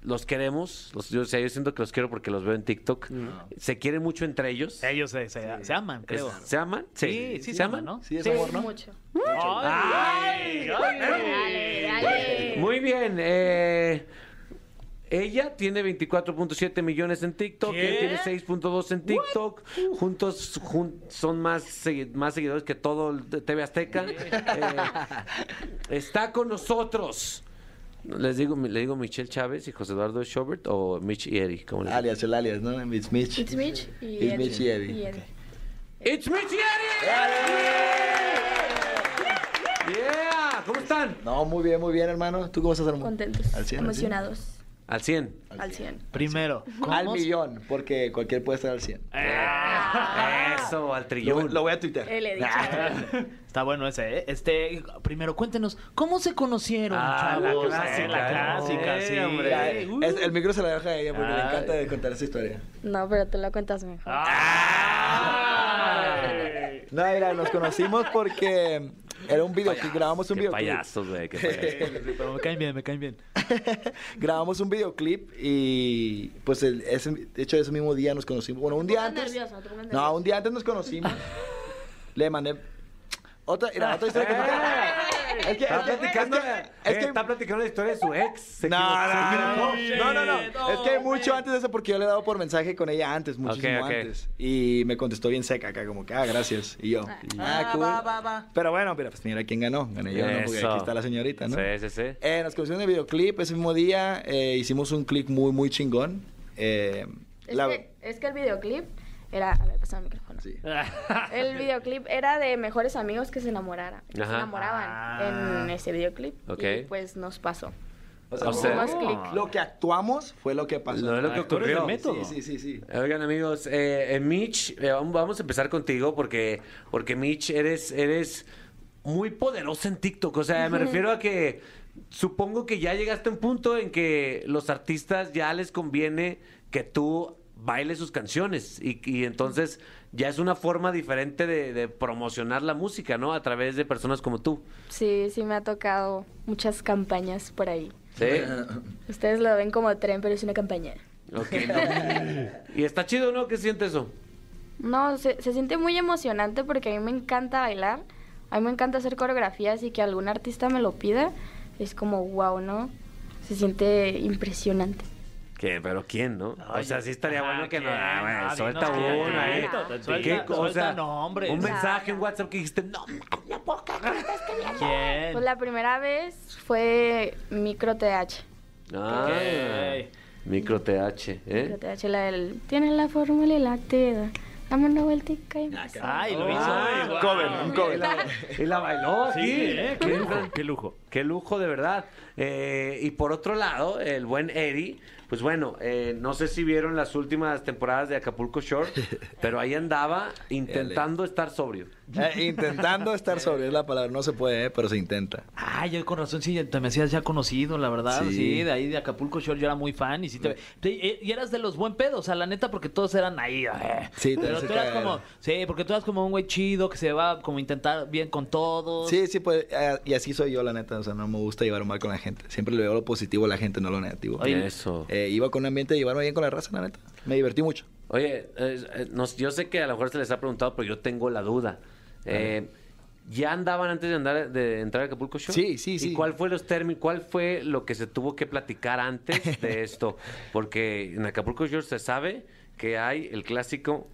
[SPEAKER 2] los queremos. Los, yo, o sea, yo siento que los quiero porque los veo en TikTok. Se quieren mucho entre ellos.
[SPEAKER 4] Ellos se, se- se aman,
[SPEAKER 2] Es-
[SPEAKER 4] creo.
[SPEAKER 2] ¿Se aman?
[SPEAKER 4] Sí, sí, se, aman, ¿no? Sí, es amor, ¿no?
[SPEAKER 8] Mucho.
[SPEAKER 4] Ay, ay, ay.
[SPEAKER 2] Muy bien. eh, ella tiene 24.7 millones en TikTok, él tiene 6.2 en TikTok.
[SPEAKER 8] Uh.
[SPEAKER 2] Juntos jun- son más, segui- más seguidores que todo el de TV Azteca. Eh, está con nosotros. Les digo, le digo Michelle Chávez y José Eduardo Schobert o Mitch y Eri. como le digo.
[SPEAKER 8] Alias, el alias, ¿no? It's Mitch.
[SPEAKER 9] It's Mitch y
[SPEAKER 8] It's
[SPEAKER 9] Eddie.
[SPEAKER 8] Mitch y Eddie.
[SPEAKER 9] Eddie.
[SPEAKER 2] ¡It's Mitch y Eri! ¡Yeah! ¿Cómo están?
[SPEAKER 8] No, muy bien, muy bien, hermano. ¿Tú cómo estás, hermano?
[SPEAKER 9] Contentos,
[SPEAKER 8] Al cien, al cien.
[SPEAKER 9] emocionados,
[SPEAKER 2] Al 100.
[SPEAKER 9] al 100.
[SPEAKER 4] Primero,
[SPEAKER 8] Al
[SPEAKER 4] ¿cómo
[SPEAKER 8] millón, porque cualquier puede estar al 100.
[SPEAKER 2] Eh, Eso,
[SPEAKER 8] Lo, voy-
[SPEAKER 2] al trillón.
[SPEAKER 8] lo voy a tuitear.
[SPEAKER 9] Él le dice.
[SPEAKER 4] Ah, Está bueno ese, ¿eh? Este, primero, cuéntenos, ¿cómo se conocieron,
[SPEAKER 2] Ah, la
[SPEAKER 4] chavos?
[SPEAKER 2] clásica,
[SPEAKER 4] Eh, la
[SPEAKER 2] ¿no?
[SPEAKER 4] clásica,
[SPEAKER 2] Sí,
[SPEAKER 4] sí.
[SPEAKER 2] hombre.
[SPEAKER 8] Ya, eh,
[SPEAKER 4] Uh.
[SPEAKER 8] es- el micro se la deja a ella porque le
[SPEAKER 4] Ah.
[SPEAKER 8] encanta de contar esa historia.
[SPEAKER 9] No, pero tú lo cuentas mejor.
[SPEAKER 8] Ah. No, mira, nos conocimos porque era un video que grabamos un
[SPEAKER 2] Qué
[SPEAKER 8] videoclip.
[SPEAKER 2] payasos, güey, qué payasos.
[SPEAKER 4] Pero me caen bien, me caen bien.
[SPEAKER 8] grabamos un videoclip y pues el- ese- de hecho ese mismo día nos conocimos. Bueno, un día
[SPEAKER 9] pongas
[SPEAKER 8] antes.
[SPEAKER 9] nervioso, te pongas
[SPEAKER 8] no,
[SPEAKER 9] nervioso.
[SPEAKER 8] un día antes nos conocimos. le mandé otra, mira, otra historia que
[SPEAKER 2] ¡Eh!
[SPEAKER 8] Es que-
[SPEAKER 2] Está
[SPEAKER 8] es que- es
[SPEAKER 2] platicando,
[SPEAKER 8] que- es
[SPEAKER 2] eh,
[SPEAKER 8] que-
[SPEAKER 2] está platicando la historia de su ex. Se
[SPEAKER 8] No,
[SPEAKER 2] equivocó, se
[SPEAKER 8] no,
[SPEAKER 2] equivocó.
[SPEAKER 8] no, no, no, no. Es que hay mucho antes de eso porque yo le he dado por mensaje con ella antes, muchísimo
[SPEAKER 2] ok.
[SPEAKER 8] antes. Y me contestó bien seca acá, como que, ah, gracias. Y yo, ah, cool. Pero bueno, mira, pues mira quién ganó. Gané yo, ¿no? Porque
[SPEAKER 2] Eso.
[SPEAKER 8] aquí está la señorita, ¿no?
[SPEAKER 2] Sí, sí, sí.
[SPEAKER 8] Eh, nos conocimos en el videoclip ese mismo día. eh, hicimos un clip muy, muy chingón. Eh,
[SPEAKER 9] Es,
[SPEAKER 8] la-
[SPEAKER 9] que, es que el videoclip era. A ver, pasa el micrófono.
[SPEAKER 8] Sí.
[SPEAKER 9] El videoclip era de mejores amigos que se enamoraran. que se
[SPEAKER 2] Ajá.
[SPEAKER 9] enamoraban en ese videoclip.
[SPEAKER 2] Ok.
[SPEAKER 9] Y pues nos pasó.
[SPEAKER 8] Ah. O sea,
[SPEAKER 2] O sea,
[SPEAKER 9] Más clic.
[SPEAKER 8] lo que actuamos fue lo que pasó.
[SPEAKER 2] Lo- lo que
[SPEAKER 8] Actores del
[SPEAKER 2] ocurrió.
[SPEAKER 8] método. Sí, sí, sí. sí.
[SPEAKER 2] Oigan amigos, eh, eh, Mitch, eh, vam- vamos a empezar contigo porque, porque Mitch, eres, eres muy poderosa en TikTok. O sea, me refiero a que supongo que ya llegaste a un punto en que los artistas ya les conviene que tú bailes sus canciones y, y entonces ya es una forma diferente de, de promocionar la música, ¿no? A través de personas como tú.
[SPEAKER 9] Sí, sí, me ha tocado muchas campañas por ahí.
[SPEAKER 2] Sí.
[SPEAKER 9] Ustedes lo ven como tren, pero es una campaña.
[SPEAKER 2] Ok. y está chido, ¿no? ¿Qué sientes eso?
[SPEAKER 9] No, se, se siente muy emocionante porque a mí me encanta bailar, a mí me encanta hacer coreografías y que algún artista me lo pida, es como wow, ¿no? Se siente impresionante.
[SPEAKER 2] ¿Qué? ¿Pero quién, no? o sea, sí estaría
[SPEAKER 4] ajá,
[SPEAKER 2] bueno que no.
[SPEAKER 4] ¿quién?
[SPEAKER 2] ah, bueno,
[SPEAKER 4] Ah,
[SPEAKER 2] suelta
[SPEAKER 4] dinos quién,
[SPEAKER 2] una, ¿eh?
[SPEAKER 9] tantito,
[SPEAKER 4] tantito.
[SPEAKER 2] ¿Qué
[SPEAKER 4] Suelta-
[SPEAKER 2] cosa?
[SPEAKER 4] suelta nombres.
[SPEAKER 2] Un
[SPEAKER 4] No,
[SPEAKER 2] mensaje en WhatsApp que dijiste, no, no puedo creer que estás queriendo".
[SPEAKER 4] ¿Quién?
[SPEAKER 9] Pues la primera vez fue Micro TH.
[SPEAKER 2] Ah, micro TH,
[SPEAKER 9] Micro
[SPEAKER 2] ¿eh?
[SPEAKER 9] TH, la del. Tienes la fórmula y la actividad. Dame una vueltica y más.
[SPEAKER 4] Ay, lo hizo.
[SPEAKER 2] Ah,
[SPEAKER 4] Ay,
[SPEAKER 8] Cover,
[SPEAKER 4] guau.
[SPEAKER 8] un cover.
[SPEAKER 2] Y la bailó, sí.
[SPEAKER 4] ¿eh? Qué
[SPEAKER 2] Qué
[SPEAKER 4] lujo, qué lujo.
[SPEAKER 2] Qué lujo, de verdad. Eh, y por otro lado, el buen Eddie, pues bueno, eh, no sé si vieron las últimas temporadas de Acapulco Shore, pero ahí andaba intentando estar sobrio.
[SPEAKER 8] Eh, intentando estar sobre es la palabra. No se puede, eh, pero se intenta.
[SPEAKER 4] Ay, yo con razón sí te me hacías ya conocido, la verdad. Sí,
[SPEAKER 8] Sí.
[SPEAKER 4] de ahí de Acapulco Shore yo era muy fan y sí te... te- Y eras de los buen pedos, o sea, la neta, porque todos eran ahí. eh.
[SPEAKER 8] Sí, te
[SPEAKER 4] Pero
[SPEAKER 8] hace
[SPEAKER 4] tú eras
[SPEAKER 8] caer.
[SPEAKER 4] como... Sí, porque tú eras como un güey chido que se va como a intentar bien con todos.
[SPEAKER 8] Sí, sí, pues, eh, y así soy yo, la neta. O sea, no me gusta llevar mal con la gente. Siempre le veo lo positivo a la gente, no lo negativo.
[SPEAKER 4] Oye,
[SPEAKER 2] Eso.
[SPEAKER 8] Eh, iba con un ambiente de llevarme bien con la raza, la neta. Me divertí mucho.
[SPEAKER 2] Oye, eh, eh, no- yo sé que a lo mejor se les ha preguntado, pero yo tengo la duda. Eh, ¿Ya andaban antes de andar de entrar a Acapulco Show?
[SPEAKER 8] Sí, sí,
[SPEAKER 2] ¿Y
[SPEAKER 8] sí.
[SPEAKER 2] cuál fue los términos, cuál fue lo que se tuvo que platicar antes de esto? Porque en Acapulco Show se sabe que hay el clásico,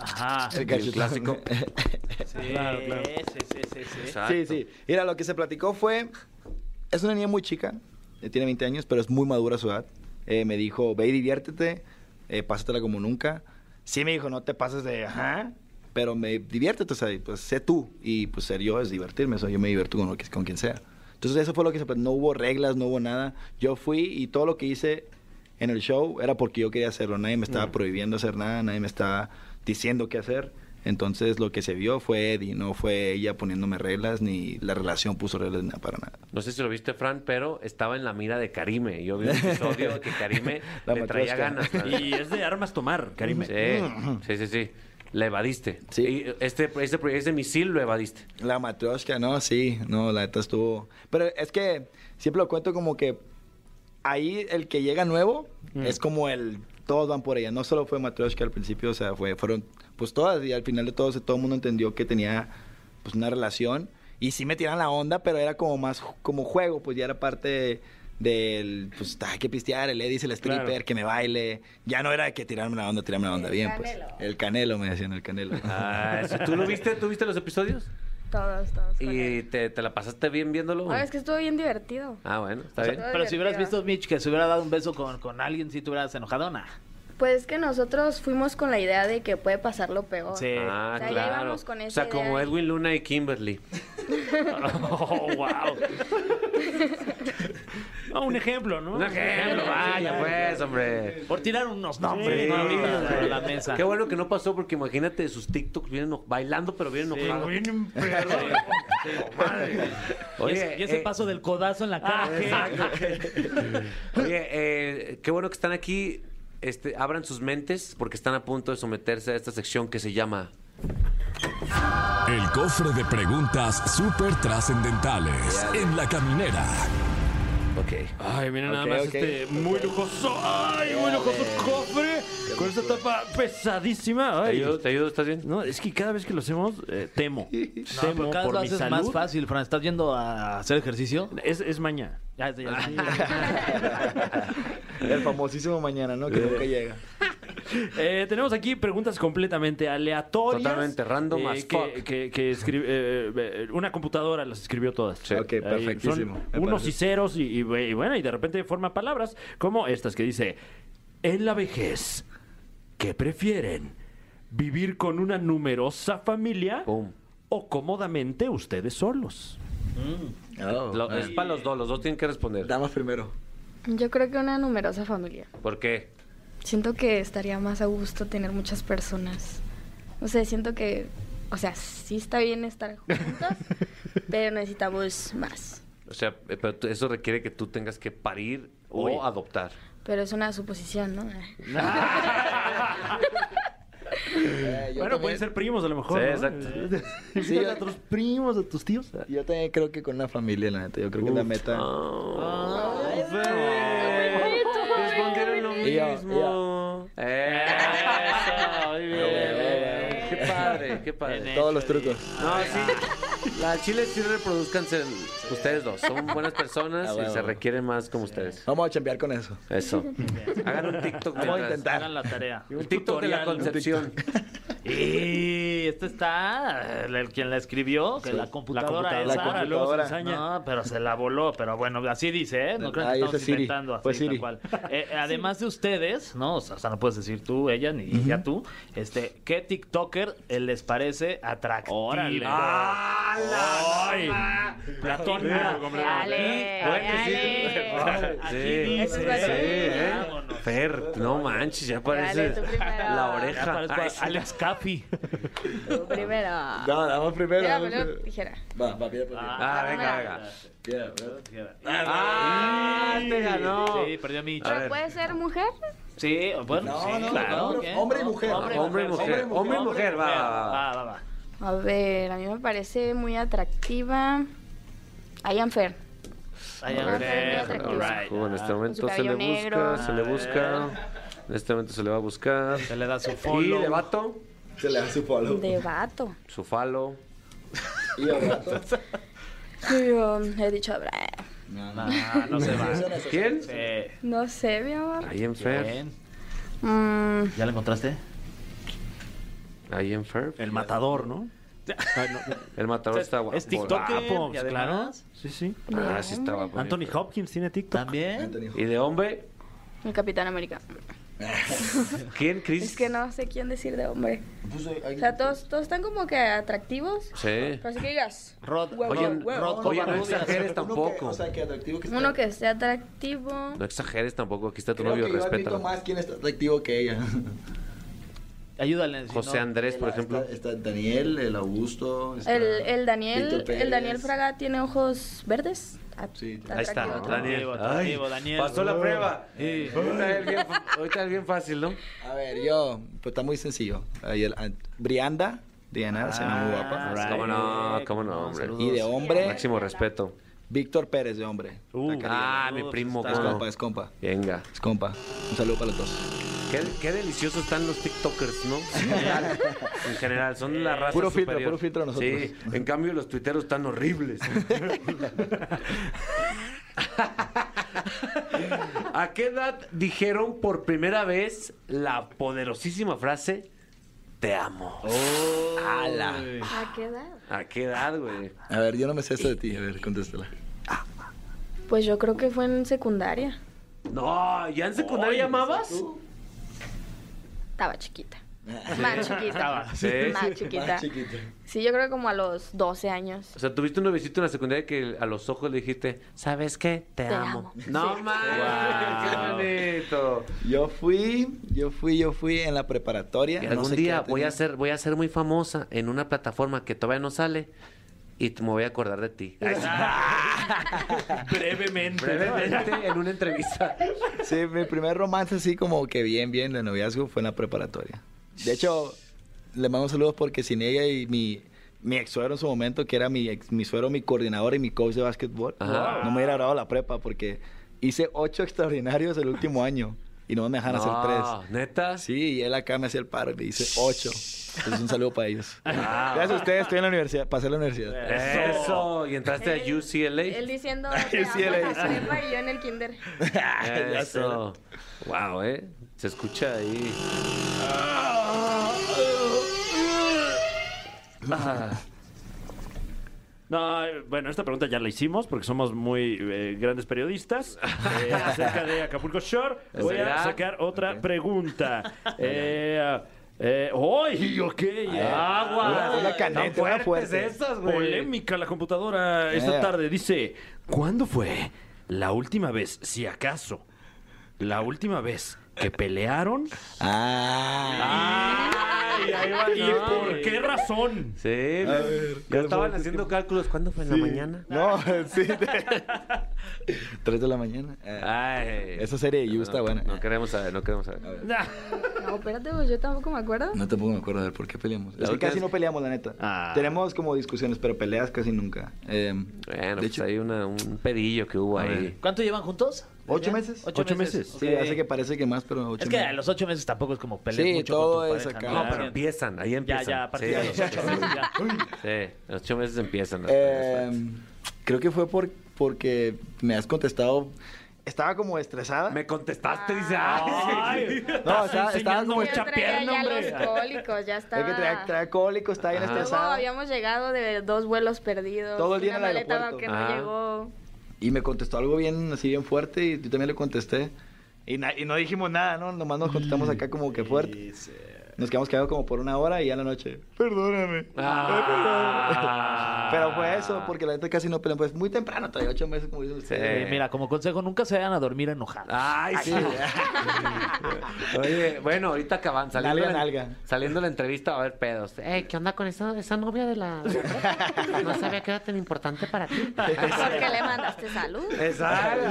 [SPEAKER 4] Ajá.
[SPEAKER 8] El
[SPEAKER 2] Ah, el
[SPEAKER 8] cachetón.
[SPEAKER 2] clásico.
[SPEAKER 4] Sí, sí, sí, sí, sí.
[SPEAKER 2] Exacto.
[SPEAKER 8] Sí, sí. Mira, lo que se platicó fue. Es una niña muy chica, eh, tiene 20 años, pero es muy madura a su edad. Eh, me dijo, ve y diviértete, eh, pásatela como nunca. Sí, me dijo, no te pases de ajá, pero me diviértete, o sea, y, pues sé tú. Y pues ser yo es divertirme, o sea, yo me divierto con, lo que, con quien sea. Entonces, eso fue lo que se platicó. No hubo reglas, no hubo nada. Yo fui y todo lo que hice en el show era porque yo quería hacerlo. Nadie me estaba prohibiendo hacer nada, nadie me estaba diciendo qué hacer. Entonces lo que se vio fue Eddie, no fue ella poniéndome reglas, ni la relación puso reglas ni nada para nada.
[SPEAKER 2] No sé si lo viste, Fran, pero estaba en la mira de Karime. Yo vi un episodio que Karime
[SPEAKER 8] La
[SPEAKER 2] le traía
[SPEAKER 8] matrosca.
[SPEAKER 2] ganas. ¿no?
[SPEAKER 3] Y es de armas tomar, Karime.
[SPEAKER 8] Mm.
[SPEAKER 2] Sí, sí, sí, sí. La evadiste.
[SPEAKER 8] Sí.
[SPEAKER 2] Y este, este, ese misil lo evadiste.
[SPEAKER 8] La matrioshka, no, sí, no, la neta estuvo. Pero es que siempre lo cuento como que ahí el que llega nuevo
[SPEAKER 2] Mm.
[SPEAKER 8] es como el. Todos van por ella. No solo fue matrioshka al principio, o sea, fue, fueron pues todas y al final de todo, todo el mundo entendió que tenía pues una relación Y sí me tiran la onda, pero era como más ju- como juego, pues ya era parte del, pues hay que pistear, el Eddie es el stripper,
[SPEAKER 3] Claro.
[SPEAKER 8] que me baile. Ya no era de que tirarme la onda, tirarme la onda
[SPEAKER 9] El
[SPEAKER 8] bien,
[SPEAKER 9] Canelo.
[SPEAKER 8] pues. El canelo, me decían, el canelo.
[SPEAKER 2] Ah, eso. ¿Tú lo viste? ¿Tú viste los episodios?
[SPEAKER 9] Todos, todos. con
[SPEAKER 2] ¿Y
[SPEAKER 9] él.
[SPEAKER 2] te, te la pasaste bien viéndolo?
[SPEAKER 9] Ah, es que estuvo bien divertido.
[SPEAKER 2] Ah, bueno, está
[SPEAKER 9] sea,
[SPEAKER 2] bien.
[SPEAKER 4] Pero si hubieras
[SPEAKER 9] divertido.
[SPEAKER 4] visto, Mitch, que se hubiera dado un beso con, con alguien, si te hubieras enojado, nah.
[SPEAKER 9] Pues es que nosotros fuimos con la idea de que puede pasar lo peor.
[SPEAKER 4] Sí.
[SPEAKER 2] Ah,
[SPEAKER 9] O sea, ya
[SPEAKER 2] claro.
[SPEAKER 9] íbamos con
[SPEAKER 2] o
[SPEAKER 9] esa
[SPEAKER 2] sea,
[SPEAKER 9] idea
[SPEAKER 2] como
[SPEAKER 9] de-
[SPEAKER 2] Edwin Luna y Kimberly.
[SPEAKER 3] Oh, wow. No, un ejemplo, ¿no?
[SPEAKER 2] Un ejemplo, vaya pues, hombre.
[SPEAKER 4] Por tirar unos nombres,
[SPEAKER 3] Sí,
[SPEAKER 4] ¿no? Ahorita
[SPEAKER 3] claro.
[SPEAKER 4] sobre la mesa.
[SPEAKER 2] Qué bueno que no pasó porque imagínate sus TikToks vienen eno- bailando pero vienen enojados.
[SPEAKER 3] Bien, pero-
[SPEAKER 4] Y
[SPEAKER 2] Oye,
[SPEAKER 4] ese, y ese
[SPEAKER 2] eh,
[SPEAKER 4] paso del codazo en la cara.
[SPEAKER 3] Ah,
[SPEAKER 4] ¿qué?
[SPEAKER 2] Oye, eh, qué bueno que están aquí. Este, abran sus mentes porque están a punto de someterse a esta sección que se llama
[SPEAKER 1] El cofre de preguntas súper trascendentales en la caminera.
[SPEAKER 2] Ok.
[SPEAKER 3] Ay, mira nada
[SPEAKER 8] Ok,
[SPEAKER 3] más
[SPEAKER 8] ok,
[SPEAKER 3] este muy lujoso. Ay, muy lujoso cofre con esta tapa pesadísima.
[SPEAKER 2] ¿Te
[SPEAKER 3] Ay.
[SPEAKER 2] ayudo? ¿Te ayudo? ¿Estás bien?
[SPEAKER 3] No, es que cada vez que lo hacemos eh, temo.
[SPEAKER 4] No,
[SPEAKER 3] temo
[SPEAKER 4] pero cada vez
[SPEAKER 3] por
[SPEAKER 4] lo
[SPEAKER 3] mi
[SPEAKER 4] haces
[SPEAKER 3] salud.
[SPEAKER 4] más fácil, Fran. ¿Estás yendo a hacer ejercicio?
[SPEAKER 3] Es, es mañana.
[SPEAKER 4] Ya, ya, ya.
[SPEAKER 8] el famosísimo mañana, ¿no? Que nunca llega.
[SPEAKER 3] Eh, tenemos aquí preguntas completamente aleatorias. eh,
[SPEAKER 2] Totalmente random as
[SPEAKER 3] que,
[SPEAKER 2] fuck.
[SPEAKER 3] que- que escri- eh, eh, una computadora las escribió todas.
[SPEAKER 2] Sí.
[SPEAKER 8] Ok,
[SPEAKER 3] Ahí son
[SPEAKER 8] perfectísimo. Me
[SPEAKER 3] unos
[SPEAKER 8] parece.
[SPEAKER 3] y ceros y, y- y bueno, y de repente forma palabras como estas que dice, en la vejez, ¿qué prefieren? ¿Vivir con una numerosa familia
[SPEAKER 2] Pum.
[SPEAKER 3] o cómodamente ustedes solos?
[SPEAKER 2] Lo- es para los dos, los dos tienen que responder.
[SPEAKER 8] Damas primero.
[SPEAKER 9] Yo creo que una numerosa familia.
[SPEAKER 2] ¿Por qué?
[SPEAKER 9] Siento que estaría más a gusto tener muchas personas. No sé, siento que, o sea, sí está bien estar juntos, pero necesitamos más.
[SPEAKER 2] O sea, eh, pero tú- eso requiere que tú tengas que parir
[SPEAKER 3] Uy.
[SPEAKER 2] o adoptar.
[SPEAKER 9] Pero es una suposición, ¿no?
[SPEAKER 3] bueno, pueden ser primos a lo mejor.
[SPEAKER 2] Sí,
[SPEAKER 3] ¿no?
[SPEAKER 2] exacto.
[SPEAKER 8] Eh, Sí,
[SPEAKER 3] Invitar
[SPEAKER 8] yo-
[SPEAKER 3] a tus primos, a tus tíos.
[SPEAKER 8] Yo también creo que con una familia, la neta. Yo creo que es la meta.
[SPEAKER 2] Ah.
[SPEAKER 8] Ah,
[SPEAKER 2] Respondieron lo
[SPEAKER 8] Y yo,
[SPEAKER 2] mismo. Eso, muy bien. Qué padre, qué padre.
[SPEAKER 8] Todos los trucos.
[SPEAKER 2] No, sí. La Chile sí reproduzcanse ustedes dos. Son buenas personas
[SPEAKER 8] Ah,
[SPEAKER 2] y
[SPEAKER 8] bueno.
[SPEAKER 2] se requieren más como ustedes.
[SPEAKER 8] Vamos a chambear con eso.
[SPEAKER 2] Eso. Hagan un TikTok
[SPEAKER 8] Vamos a
[SPEAKER 2] mientras-
[SPEAKER 8] intentar.
[SPEAKER 4] Hagan la tarea.
[SPEAKER 2] El TikTok de la concepción.
[SPEAKER 4] Y este está, el, el quien la escribió, que la computadora,
[SPEAKER 3] computadora,
[SPEAKER 4] esa.
[SPEAKER 8] la computadora.
[SPEAKER 4] luego se ensaña. No, pero se la voló, pero bueno, así dice, ¿eh? No creo que
[SPEAKER 8] Ay,
[SPEAKER 4] estamos
[SPEAKER 8] ese Siri.
[SPEAKER 4] inventando así,
[SPEAKER 8] Fue Siri.
[SPEAKER 4] tal cual. Eh, además de ustedes, ¿no? O sea, o sea, no puedes decir tú, ella, ni ya tú. Este, ¿qué TikToker eh, les parece atractivo?
[SPEAKER 3] Órale. ¡Hala!
[SPEAKER 4] Ay.
[SPEAKER 3] Platón.
[SPEAKER 9] Dale,
[SPEAKER 2] Bueno, sí.
[SPEAKER 9] dale.
[SPEAKER 2] Sí,
[SPEAKER 4] Aquí
[SPEAKER 2] sí,
[SPEAKER 9] dice.
[SPEAKER 2] ¿eh?
[SPEAKER 4] Vámonos.
[SPEAKER 2] Fer, no manches, ya parece
[SPEAKER 9] tú primero.
[SPEAKER 2] la
[SPEAKER 4] Ya
[SPEAKER 2] oreja.
[SPEAKER 4] parezco
[SPEAKER 2] Ay,
[SPEAKER 4] a- Alex Capi.
[SPEAKER 9] Tú primero.
[SPEAKER 8] No, damas primero.
[SPEAKER 9] Piedra,
[SPEAKER 8] damas
[SPEAKER 9] papel o
[SPEAKER 8] primero.
[SPEAKER 9] tijera.
[SPEAKER 8] Va, va, piedra, papel.
[SPEAKER 2] Ah, venga, venga.
[SPEAKER 8] Piedra, papel.
[SPEAKER 2] Ah, te ganó.
[SPEAKER 4] Sí, perdió mi
[SPEAKER 2] A
[SPEAKER 9] ¿Pero
[SPEAKER 2] ver.
[SPEAKER 9] puede ser mujer?
[SPEAKER 4] Sí, bueno,
[SPEAKER 8] No,
[SPEAKER 4] sí,
[SPEAKER 8] no,
[SPEAKER 4] claro.
[SPEAKER 8] hombre-
[SPEAKER 4] ¿qué?
[SPEAKER 8] hombre y mujer.
[SPEAKER 2] Hombre y mujer.
[SPEAKER 4] sí.
[SPEAKER 2] Hombre y mujer, va, va, va.
[SPEAKER 4] Va, va, va.
[SPEAKER 9] A ver, a mí me parece muy atractiva. Ian Fer.
[SPEAKER 4] Ahí
[SPEAKER 9] Ah,
[SPEAKER 4] va.
[SPEAKER 9] pero muy
[SPEAKER 4] All right.
[SPEAKER 2] Bueno, en
[SPEAKER 8] Ah,
[SPEAKER 2] este momento
[SPEAKER 9] su
[SPEAKER 2] se le
[SPEAKER 9] cabello negro. Ah.
[SPEAKER 2] busca, se le busca. En este momento se le va a buscar.
[SPEAKER 4] Se le da su
[SPEAKER 2] Y
[SPEAKER 4] follow.
[SPEAKER 2] de vato,
[SPEAKER 8] Se le da su follow.
[SPEAKER 9] De vato.
[SPEAKER 2] su falo.
[SPEAKER 8] Y yo, gato.
[SPEAKER 9] Yo he dicho, "Bra,
[SPEAKER 8] No, no.
[SPEAKER 4] Ah, no se va.
[SPEAKER 2] ¿Quién?
[SPEAKER 4] Sí.
[SPEAKER 9] no sé, mi amor.
[SPEAKER 2] Ahí en Fer.
[SPEAKER 4] Bien.
[SPEAKER 9] Mm,
[SPEAKER 4] ¿Ya la encontraste?
[SPEAKER 2] Ahí en Fer.
[SPEAKER 3] El matador, ¿no?
[SPEAKER 2] El matador está guapo.
[SPEAKER 4] Es TikToker.
[SPEAKER 3] Guapo,
[SPEAKER 4] y
[SPEAKER 3] pues, claro.
[SPEAKER 4] además-
[SPEAKER 3] Sí, sí.
[SPEAKER 2] Ah, sí está guapo.
[SPEAKER 3] Anthony Hopkins tiene TikTok.
[SPEAKER 4] También.
[SPEAKER 8] Anthony.
[SPEAKER 2] ¿Y de hombre?
[SPEAKER 9] el Capitán América.
[SPEAKER 2] ¿Quién, Chris?
[SPEAKER 9] Es que no sé quién decir de hombre.
[SPEAKER 8] Puso
[SPEAKER 9] O
[SPEAKER 8] ahí-
[SPEAKER 9] sea, todos, todos están como que atractivos.
[SPEAKER 2] Sí.
[SPEAKER 9] Pero así que digas,
[SPEAKER 4] Rod.
[SPEAKER 9] Huevo,
[SPEAKER 2] Oye,
[SPEAKER 9] huevo.
[SPEAKER 4] Rod
[SPEAKER 2] Oye, no
[SPEAKER 4] Covarrubias.
[SPEAKER 2] exageres
[SPEAKER 8] Uno que-
[SPEAKER 2] tampoco.
[SPEAKER 8] o sea, que atractivo que está.
[SPEAKER 9] uno que esté atractivo.
[SPEAKER 2] No exageres tampoco. Aquí está tu
[SPEAKER 8] Creo
[SPEAKER 2] novio,
[SPEAKER 8] que yo admito
[SPEAKER 2] respétalo.
[SPEAKER 8] más quién está atractivo que ella.
[SPEAKER 4] Ayúdale. si
[SPEAKER 2] José
[SPEAKER 4] no.
[SPEAKER 2] Andrés, por ejemplo.
[SPEAKER 8] Está, está Daniel, el Augusto. está
[SPEAKER 9] El, el Daniel,
[SPEAKER 8] Víctor Pérez.
[SPEAKER 9] el Daniel Fraga tiene ojos verdes. Ah, At-
[SPEAKER 8] Sí,
[SPEAKER 2] Ahí está,
[SPEAKER 9] atractivo.
[SPEAKER 2] Daniel.
[SPEAKER 4] atractivo, Daniel.
[SPEAKER 2] Pasó la
[SPEAKER 4] Oh.
[SPEAKER 2] prueba.
[SPEAKER 4] Sí.
[SPEAKER 2] Ahorita es bien fa- ahorita es bien fácil, ¿no?
[SPEAKER 8] A ver, yo, pues está muy sencillo. Ahí el- ah, Brianda,
[SPEAKER 4] Ah,
[SPEAKER 8] Diana, se ve muy guapa.
[SPEAKER 4] right.
[SPEAKER 2] Ah,
[SPEAKER 4] Ah,
[SPEAKER 2] ¿Cómo no? ¿Cómo no, hombre?
[SPEAKER 8] Y de hombre,
[SPEAKER 2] Máximo respeto.
[SPEAKER 8] Víctor Pérez de hombre.
[SPEAKER 4] Uh,
[SPEAKER 8] Está caliente.
[SPEAKER 2] Ah, mi primo,
[SPEAKER 8] es
[SPEAKER 2] ¿cómo no?
[SPEAKER 8] compa, es compa.
[SPEAKER 2] Venga.
[SPEAKER 8] Es compa. Un saludo para los dos.
[SPEAKER 2] Qué, qué deliciosos están los TikTokers, ¿no? En general, en general, son la raza
[SPEAKER 8] Puro filtro,
[SPEAKER 2] superior.
[SPEAKER 8] puro filtro nosotros.
[SPEAKER 2] Sí, en cambio los tuiteros están horribles. ¿A qué edad dijeron por primera vez la poderosísima frase te amo?
[SPEAKER 9] Oh.
[SPEAKER 2] ¡Hala!
[SPEAKER 9] ¿A qué edad?
[SPEAKER 2] ¿A qué edad, güey?
[SPEAKER 8] A ver, yo no me sé eso de ti. A ver, contéstala.
[SPEAKER 9] Pues yo creo que fue en secundaria.
[SPEAKER 2] No, Ah, ¿ya en secundaria amabas?
[SPEAKER 9] Estaba chiquita. Más chiquita.
[SPEAKER 2] Sí.
[SPEAKER 9] Más chiquita. Sí, yo creo que como a los 12 años.
[SPEAKER 2] O sea, tuviste un novicito en la secundaria que a los ojos le dijiste, ¿sabes qué? Te,
[SPEAKER 9] Te
[SPEAKER 2] amo.
[SPEAKER 9] amo.
[SPEAKER 2] No
[SPEAKER 9] Sí.
[SPEAKER 2] mames, qué bonito.
[SPEAKER 8] Yo fui, yo fui, yo fui en la preparatoria.
[SPEAKER 2] Que
[SPEAKER 8] no
[SPEAKER 2] algún
[SPEAKER 8] sé qué
[SPEAKER 2] día
[SPEAKER 8] edad
[SPEAKER 2] voy a
[SPEAKER 8] tenía.
[SPEAKER 2] ser, voy a ser muy famosa en una plataforma que todavía no sale y te- me voy a acordar de ti.
[SPEAKER 8] Ah,
[SPEAKER 3] Brevemente.
[SPEAKER 2] Brevemente en una entrevista.
[SPEAKER 8] Sí, mi primer romance así como que bien, bien de noviazgo fue en la preparatoria. De hecho, le mando saludos porque sin ella y mi, mi ex suegro en su momento, que era mi ex, mi suegro, mi coordinador y mi coach de básquetbol,
[SPEAKER 2] Ajá.
[SPEAKER 8] no me hubiera grabado la prepa porque hice ocho extraordinarios el último año y no me dejan hacer
[SPEAKER 2] No,
[SPEAKER 8] tres.
[SPEAKER 2] ¿Neta?
[SPEAKER 8] Sí, y él acá me hacía el paro y me dice ocho. Entonces, un saludo para ellos.
[SPEAKER 2] Ah.
[SPEAKER 8] Gracias a ustedes, estoy en la universidad, pasé a la universidad.
[SPEAKER 2] Eso. Y entraste
[SPEAKER 9] Él-
[SPEAKER 2] a UCLA.
[SPEAKER 9] Él diciendo te amo en
[SPEAKER 8] UCLA,
[SPEAKER 9] la
[SPEAKER 8] sí.
[SPEAKER 9] prepa y yo en el kinder.
[SPEAKER 2] Eso. Wow, ¿eh? Se escucha ahí.
[SPEAKER 3] No, bueno, esta pregunta ya la hicimos porque somos muy eh, grandes periodistas eh, acerca de Acapulco Shore. Voy
[SPEAKER 2] ¿Será?
[SPEAKER 3] a sacar otra pregunta. Eh, eh, ¡Ay, ok! ¡Agua!
[SPEAKER 8] una- Ah, una caneta,
[SPEAKER 3] Tan fuertes
[SPEAKER 8] una fuerte.
[SPEAKER 3] esas, güey. Polémica la computadora esta
[SPEAKER 8] Eh.
[SPEAKER 3] tarde. Dice, ¿cuándo fue la última vez, si acaso, la última vez que pelearon?
[SPEAKER 8] Ah.
[SPEAKER 3] ¡Ay, ahí va, ¿Y
[SPEAKER 2] no,
[SPEAKER 3] por
[SPEAKER 2] güey.
[SPEAKER 3] qué razón?
[SPEAKER 2] Sí.
[SPEAKER 8] A ver,
[SPEAKER 2] Eh, ya
[SPEAKER 8] ¿cuál
[SPEAKER 2] estaban
[SPEAKER 8] fue?
[SPEAKER 2] haciendo cálculos. ¿Cuándo fue? ¿En la mañana?
[SPEAKER 8] No, sí. Tres de la mañana. Eh.
[SPEAKER 2] Ay.
[SPEAKER 8] Esa serie de You
[SPEAKER 2] No,
[SPEAKER 8] está buena.
[SPEAKER 2] No queremos saber, no queremos saber.
[SPEAKER 9] No, espérate, pues yo tampoco me acuerdo.
[SPEAKER 8] No tampoco me acuerdo de por qué peleamos.
[SPEAKER 2] La
[SPEAKER 8] es que
[SPEAKER 2] última
[SPEAKER 8] casi
[SPEAKER 2] vez-
[SPEAKER 8] no peleamos, la neta.
[SPEAKER 3] Ah.
[SPEAKER 8] Tenemos como discusiones, pero peleas casi nunca. Eh,
[SPEAKER 2] Bueno,
[SPEAKER 8] de
[SPEAKER 2] pues
[SPEAKER 8] hecho,
[SPEAKER 2] hay una- un pedillo que hubo ahí.
[SPEAKER 4] ¿Cuánto llevan juntos?
[SPEAKER 8] ¿Ocho
[SPEAKER 4] ¿Ya?
[SPEAKER 8] meses?
[SPEAKER 3] Ocho meses.
[SPEAKER 8] sí,
[SPEAKER 4] ok.
[SPEAKER 8] hace que parece que más, pero ocho
[SPEAKER 4] Es que a
[SPEAKER 8] meses.
[SPEAKER 4] los ocho meses tampoco es como pelear
[SPEAKER 8] Sí,
[SPEAKER 4] mucho
[SPEAKER 8] todo
[SPEAKER 4] con tu
[SPEAKER 8] es
[SPEAKER 4] pareja,
[SPEAKER 8] acá.
[SPEAKER 2] No,
[SPEAKER 8] Ah,
[SPEAKER 2] pero empiezan, ahí
[SPEAKER 4] Ya,
[SPEAKER 2] empiezan.
[SPEAKER 4] ya, a partir de los
[SPEAKER 2] Sí,
[SPEAKER 4] ocho meses ya.
[SPEAKER 2] Sí, los ocho meses empiezan. las
[SPEAKER 8] Eh,
[SPEAKER 2] peleas.
[SPEAKER 8] creo que fue por, porque me has contestado. Estaba como estresada. Ah,
[SPEAKER 2] Me contestaste, dice. Ay, sí, sí.
[SPEAKER 8] No, estaba, estaba
[SPEAKER 3] enseñando
[SPEAKER 8] como.
[SPEAKER 9] Yo
[SPEAKER 8] Es
[SPEAKER 3] mucha
[SPEAKER 9] traía
[SPEAKER 3] pierna,
[SPEAKER 9] ya
[SPEAKER 3] hombre.
[SPEAKER 9] los cólicos, ya estaba.
[SPEAKER 8] que trae, trae cólico, está bien
[SPEAKER 2] Ajá.
[SPEAKER 9] Luego
[SPEAKER 8] estresada.
[SPEAKER 9] habíamos llegado de dos vuelos perdidos.
[SPEAKER 8] Todo el día
[SPEAKER 9] una
[SPEAKER 8] en el
[SPEAKER 9] maleta
[SPEAKER 8] aeropuerto.
[SPEAKER 9] que no
[SPEAKER 2] Ah.
[SPEAKER 9] llegó.
[SPEAKER 8] Y me contestó algo bien, así bien fuerte, y yo también le contesté. Y, na- y no dijimos nada, ¿no? Nomás nos contestamos acá como que fuerte. Nos quedamos quedados como por una hora y ya en la noche. Perdóname.
[SPEAKER 2] Ah.
[SPEAKER 8] Pero fue eso, porque la gente casi no pelea. Pues muy temprano, todavía ocho meses, como dicen ustedes.
[SPEAKER 4] Eh, Mira, como consejo, nunca se vayan a dormir enojados.
[SPEAKER 2] Ay, sí. Oye, bueno, ahorita que van saliendo,
[SPEAKER 8] Nalga,
[SPEAKER 2] la,
[SPEAKER 8] nalga.
[SPEAKER 2] saliendo la entrevista va a haber pedos. Ey, ¿qué onda con esa, esa novia de la... de la prepa? No sabía que era tan importante para ti.
[SPEAKER 9] Porque le mandaste salud.
[SPEAKER 2] Exacto.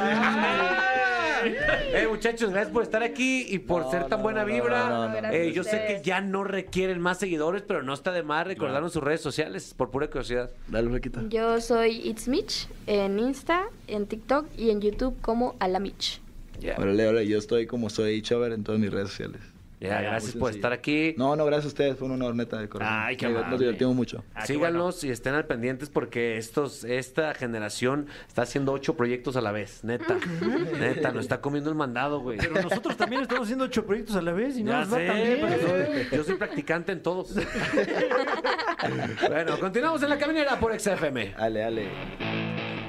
[SPEAKER 2] Eh, muchachos, gracias por estar aquí y por ser tan buena vibra.
[SPEAKER 9] no, no, no.
[SPEAKER 2] Eh, yo
[SPEAKER 9] Gracias a
[SPEAKER 2] sé que
[SPEAKER 9] ustedes.
[SPEAKER 2] ya no requieren más seguidores, pero no está de más recordarnos sus redes sociales, por pura curiosidad.
[SPEAKER 8] Dale, Flaquita.
[SPEAKER 9] Yo soy It's Mitch en Insta, en TikTok y en YouTube como Ala Mitch.
[SPEAKER 8] Órale, órale, yo estoy como soy Chover en todas mis redes sociales.
[SPEAKER 2] Ya, pues,
[SPEAKER 3] Ya,
[SPEAKER 2] gracias
[SPEAKER 8] muy
[SPEAKER 2] por
[SPEAKER 8] sencillo.
[SPEAKER 2] estar aquí.
[SPEAKER 8] No, no, gracias a ustedes, fue un honor, neta, de corazón.
[SPEAKER 3] Ay, qué
[SPEAKER 8] Nos-
[SPEAKER 3] amable.
[SPEAKER 8] Nos divertimos mucho.
[SPEAKER 3] Ah, qué
[SPEAKER 2] Síganos y estén al pendientes porque estos, esta generación está haciendo ocho proyectos a la vez, neta. neta, nos está comiendo el mandado, güey.
[SPEAKER 3] Pero nosotros también estamos haciendo ocho proyectos a la vez y no
[SPEAKER 2] Ya
[SPEAKER 3] nos va
[SPEAKER 2] sé,
[SPEAKER 3] tan bien.
[SPEAKER 2] pero soy- yo soy practicante en todos. bueno, continuamos en la caminera por XFM.
[SPEAKER 8] Dale, dale.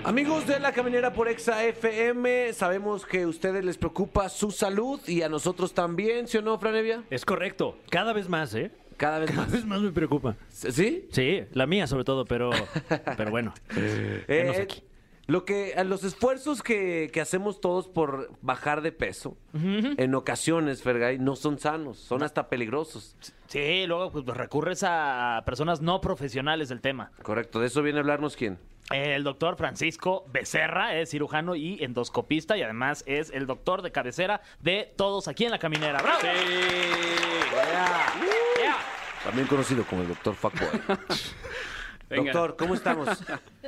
[SPEAKER 2] Amigos de la caminera por Exa FM, sabemos que a ustedes les preocupa su salud y a nosotros también, ¿sí o no, Franevia?
[SPEAKER 3] Es correcto. Cada vez más, ¿eh?
[SPEAKER 2] Cada vez
[SPEAKER 3] Cada
[SPEAKER 2] más.
[SPEAKER 3] vez más me preocupa.
[SPEAKER 2] ¿Sí?
[SPEAKER 3] Sí, la mía sobre todo, pero, pero bueno. Venos
[SPEAKER 2] Eh,
[SPEAKER 3] aquí.
[SPEAKER 2] Lo que, a los esfuerzos que, que hacemos todos por bajar de peso, en ocasiones, Fergay, no son sanos, son hasta peligrosos.
[SPEAKER 4] Sí, luego pues, recurres a personas no profesionales del tema.
[SPEAKER 2] Correcto, de eso viene a hablarnos quién.
[SPEAKER 4] El doctor Francisco Becerra es cirujano y endoscopista y además es el doctor de cabecera de todos aquí en la caminera. ¡Bravo! Yeah.
[SPEAKER 2] También conocido como el doctor Fuckboy.
[SPEAKER 10] Venga.
[SPEAKER 2] Doctor, ¿cómo estamos?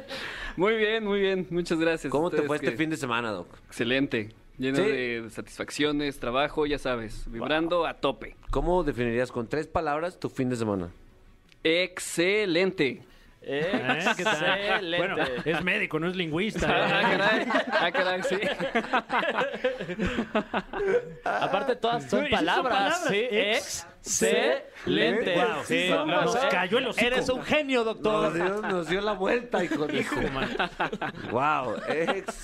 [SPEAKER 10] Muy bien, muy bien. Muchas gracias.
[SPEAKER 2] ¿Cómo te
[SPEAKER 10] Ustedes
[SPEAKER 2] fue este
[SPEAKER 10] que-
[SPEAKER 2] fin de semana, Doc?
[SPEAKER 10] Excelente. Lleno
[SPEAKER 2] Sí.
[SPEAKER 10] de satisfacciones, trabajo, ya sabes, vibrando a tope.
[SPEAKER 2] ¿Cómo definirías con tres palabras tu fin de semana?
[SPEAKER 10] Excelente.
[SPEAKER 4] ¿Eh? ¿Qué tal?
[SPEAKER 10] Excelente.
[SPEAKER 3] Bueno, es médico, no es
[SPEAKER 10] Ah,
[SPEAKER 3] lingüista. ¿eh?
[SPEAKER 10] caray. Ah, caray, sí.
[SPEAKER 4] Aparte, todas son
[SPEAKER 3] Sí, son
[SPEAKER 4] palabras.
[SPEAKER 3] palabras.
[SPEAKER 4] Sí,
[SPEAKER 3] Ex-
[SPEAKER 4] excelente.
[SPEAKER 3] Wow,
[SPEAKER 4] Sí,
[SPEAKER 3] no,
[SPEAKER 4] lo
[SPEAKER 3] nos
[SPEAKER 4] sé.
[SPEAKER 3] cayó el hocico.
[SPEAKER 4] Eres un genio,
[SPEAKER 2] Nos
[SPEAKER 4] doctor.
[SPEAKER 2] dio, nos dio la vuelta, hijo de su- Wow, ex-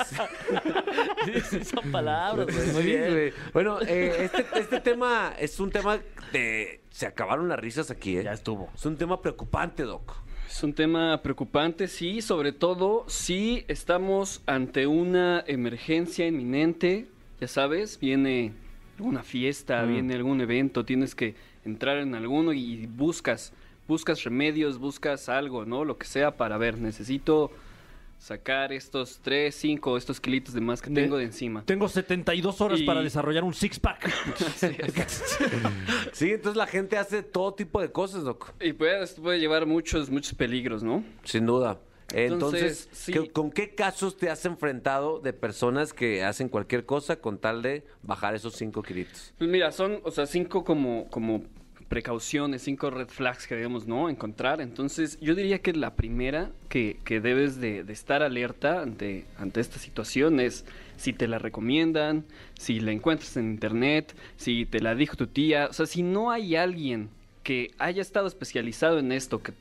[SPEAKER 4] Sí, sí, son palabras. güey.
[SPEAKER 2] Muy bien, güey. Bueno, eh, este, este tema es un tema de... Se acabaron las risas aquí, ¿eh?
[SPEAKER 4] Ya estuvo.
[SPEAKER 2] Es un tema preocupante, Doc.
[SPEAKER 10] Es un tema preocupante, sí, sobre todo si estamos ante una emergencia inminente, ya sabes, viene una fiesta,
[SPEAKER 2] Mm.
[SPEAKER 10] viene algún evento, tienes que entrar en alguno y buscas, buscas remedios, buscas algo, ¿no? Lo que sea para ver, necesito sacar estos 3, 5, estos kilitos de más que
[SPEAKER 3] De-
[SPEAKER 10] tengo de encima.
[SPEAKER 3] Tengo 72 horas
[SPEAKER 10] Y-
[SPEAKER 3] para desarrollar un six-pack.
[SPEAKER 2] Sí, entonces la gente hace todo tipo de cosas, Doc.
[SPEAKER 10] Y pues puede llevar muchos, muchos peligros, ¿no?
[SPEAKER 2] Sin duda. Entonces,
[SPEAKER 10] Entonces, sí.
[SPEAKER 2] ¿qué- ¿con qué casos te has enfrentado de personas que hacen cualquier cosa con tal de bajar esos cinco kilitos?
[SPEAKER 10] Pues mira, son, o sea, cinco como, como precauciones, cinco red flags que debemos, ¿no? Encontrar. Entonces, yo diría que la primera que, que debes de, de estar alerta ante, ante esta situación es si te la recomiendan, si la encuentras en internet, si te la dijo tu tía. O sea, si no hay alguien que haya estado especializado en esto, que,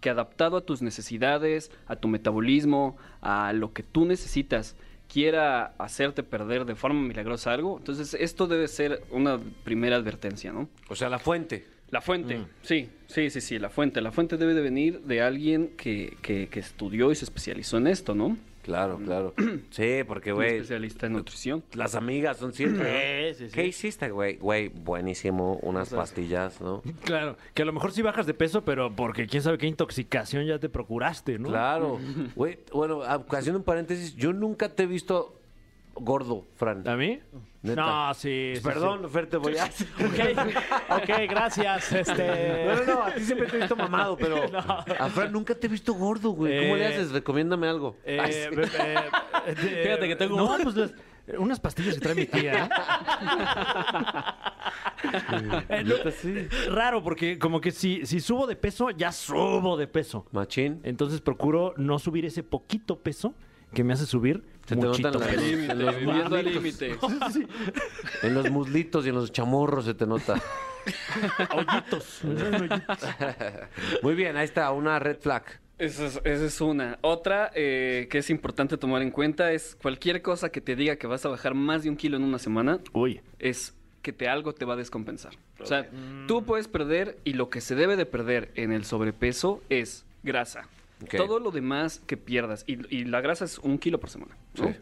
[SPEAKER 10] que adaptado a tus necesidades, a tu metabolismo, a lo que tú necesitas, quiera hacerte perder de forma milagrosa algo, entonces esto debe ser una primera advertencia, ¿no?
[SPEAKER 2] O sea, la fuente.
[SPEAKER 10] La fuente, sí, sí, sí, sí, la fuente. La fuente debe de venir de alguien que, que- que estudió y se especializó en esto, ¿no? Mm.
[SPEAKER 2] Claro, claro. Sí, porque,
[SPEAKER 10] Un
[SPEAKER 2] güey, pues,
[SPEAKER 10] especialista en nutrición.
[SPEAKER 2] las amigas son siempre. ¿no?
[SPEAKER 4] Sí, sí, sí.
[SPEAKER 2] ¿Qué hiciste, güey? Güey, buenísimo, unas pastillas, ¿no?
[SPEAKER 3] Claro, que a lo mejor sí bajas de peso, pero porque quién sabe qué intoxicación ya te procuraste, ¿no?
[SPEAKER 2] Claro. Güey, bueno, ah, haciendo un paréntesis, yo nunca te he visto gordo, Fran.
[SPEAKER 3] ¿A mí?
[SPEAKER 2] Neta.
[SPEAKER 3] No, sí. sí,
[SPEAKER 2] Perdón, Fer, te voy a...
[SPEAKER 4] Ok, ok, gracias. Este...
[SPEAKER 2] No, no, no, a ti siempre te he visto mamado, pero a Fran nunca te he visto gordo, güey. ¿Cómo le
[SPEAKER 3] Eh,
[SPEAKER 2] haces? Recomiéndame algo.
[SPEAKER 3] sí. Eh,
[SPEAKER 2] Ay, sí.
[SPEAKER 3] be- eh, eh,
[SPEAKER 4] Fíjate que tengo-
[SPEAKER 3] No, pues las- unas pastillas que trae mi tía. ¿eh? Eh, no, Raro, porque como que si, si subo de peso, ya subo de peso.
[SPEAKER 2] Machín.
[SPEAKER 3] Entonces procuro no subir ese poquito peso que me hace subir
[SPEAKER 2] Se te
[SPEAKER 3] muchito
[SPEAKER 2] notan las-
[SPEAKER 3] peso.
[SPEAKER 10] Límite,
[SPEAKER 2] Los
[SPEAKER 10] viviendo al
[SPEAKER 2] barritos.
[SPEAKER 10] límite.
[SPEAKER 2] En los muslitos y en los chamorros se te nota.
[SPEAKER 3] Hoyitos. me salen hoyitos.
[SPEAKER 2] Muy bien, ahí está, una red flag.
[SPEAKER 10] Esa es, esa es una. Otra eh, que es importante tomar en cuenta es cualquier cosa que te diga que vas a bajar más de un kilo en una semana,
[SPEAKER 3] Uy.
[SPEAKER 10] es que te algo te va a descompensar. O sea, tú puedes perder y lo que se debe de perder en el sobrepeso es grasa.
[SPEAKER 2] Ok.
[SPEAKER 10] Todo lo demás que pierdas, y, y la grasa es un kilo por semana. ¿no?
[SPEAKER 2] Sí.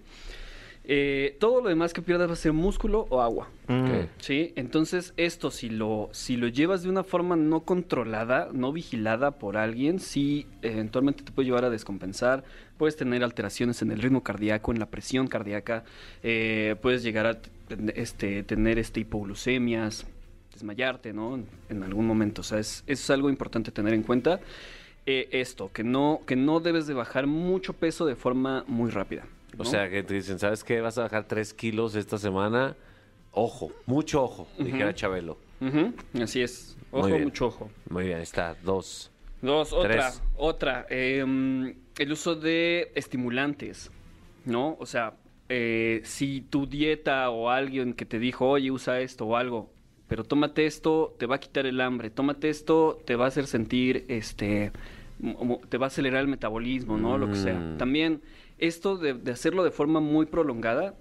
[SPEAKER 10] Eh, todo lo demás que pierdas va a ser músculo o agua.
[SPEAKER 1] Mm.
[SPEAKER 2] Ok.
[SPEAKER 10] Mm. Sí, entonces esto si lo, si lo llevas de una forma no controlada, no vigilada por alguien, sí eventualmente te puede llevar a descompensar, puedes tener alteraciones en el ritmo cardíaco, en la presión cardíaca, eh, puedes llegar a ten- este, tener este hipoglucemias, desmayarte, ¿no? En, en algún momento, o sea, es, eso es algo importante tener en cuenta. eh, esto, que no, que no debes de bajar mucho peso de forma muy rápida.
[SPEAKER 2] O
[SPEAKER 10] ¿no?
[SPEAKER 2] sea, que te dicen, ¿sabes qué? Vas a bajar tres kilos esta semana. Ojo, mucho ojo, dijera Chabelo.
[SPEAKER 10] Ujú, así es.
[SPEAKER 2] Muy
[SPEAKER 10] Ojo,
[SPEAKER 2] bien.
[SPEAKER 10] mucho ojo.
[SPEAKER 2] Muy bien, ahí está, dos.
[SPEAKER 10] Dos, otra,
[SPEAKER 2] Tres.
[SPEAKER 10] otra. em, el uso de estimulantes, ¿no? O sea, eh, si tu dieta o alguien que te dijo, oye, usa esto o algo, pero tómate esto, te va a quitar el hambre, tómate esto, te va a hacer sentir, este, mo- mo- te va a acelerar el metabolismo, ¿no? Lo que sea.
[SPEAKER 2] Mm.
[SPEAKER 10] También esto de, de hacerlo de forma muy prolongada,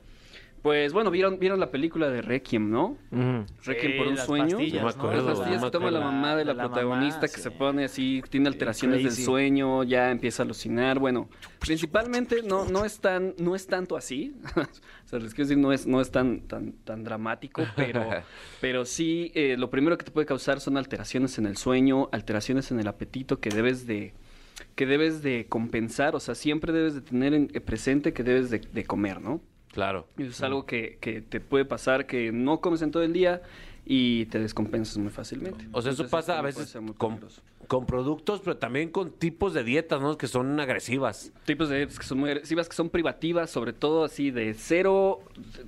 [SPEAKER 10] pues bueno, vieron, vieron la película de Requiem, ¿no? Requiem
[SPEAKER 4] Sí,
[SPEAKER 10] por un
[SPEAKER 4] las
[SPEAKER 10] sueño.
[SPEAKER 4] pastillas,
[SPEAKER 2] Yo me
[SPEAKER 4] ¿no?
[SPEAKER 2] acuerdo,
[SPEAKER 10] Las pastillas
[SPEAKER 2] me
[SPEAKER 10] que toma la
[SPEAKER 2] acuerdo.
[SPEAKER 10] mamá de la,
[SPEAKER 4] De la
[SPEAKER 10] protagonista
[SPEAKER 4] mamá,
[SPEAKER 10] que
[SPEAKER 4] Ah, sí.
[SPEAKER 10] se pone así, tiene alteraciones
[SPEAKER 4] crazy.
[SPEAKER 10] del sueño, ya empieza a alucinar. Bueno, principalmente no, no, es, tan, no es tanto así. o sea, les quiero decir, no es, no es tan, tan, tan dramático, pero, pero sí, eh, lo primero que te puede causar son alteraciones en el sueño, alteraciones en el apetito que debes de que debes de compensar, o sea, siempre debes de tener en- eh, presente que debes de- de comer, ¿no?
[SPEAKER 2] Claro.
[SPEAKER 10] Eso es algo que, que te puede pasar, que no comes en todo el día y te descompensas muy fácilmente.
[SPEAKER 2] O sea, eso
[SPEAKER 10] Entonces,
[SPEAKER 2] pasa a
[SPEAKER 10] también puede
[SPEAKER 2] veces
[SPEAKER 10] ser muy
[SPEAKER 2] con,
[SPEAKER 10] peligroso.
[SPEAKER 2] con productos, pero también con tipos de dietas, ¿no? Que son agresivas.
[SPEAKER 10] Tipos de dietas que son muy agresivas, que son privativas, sobre todo así de cero,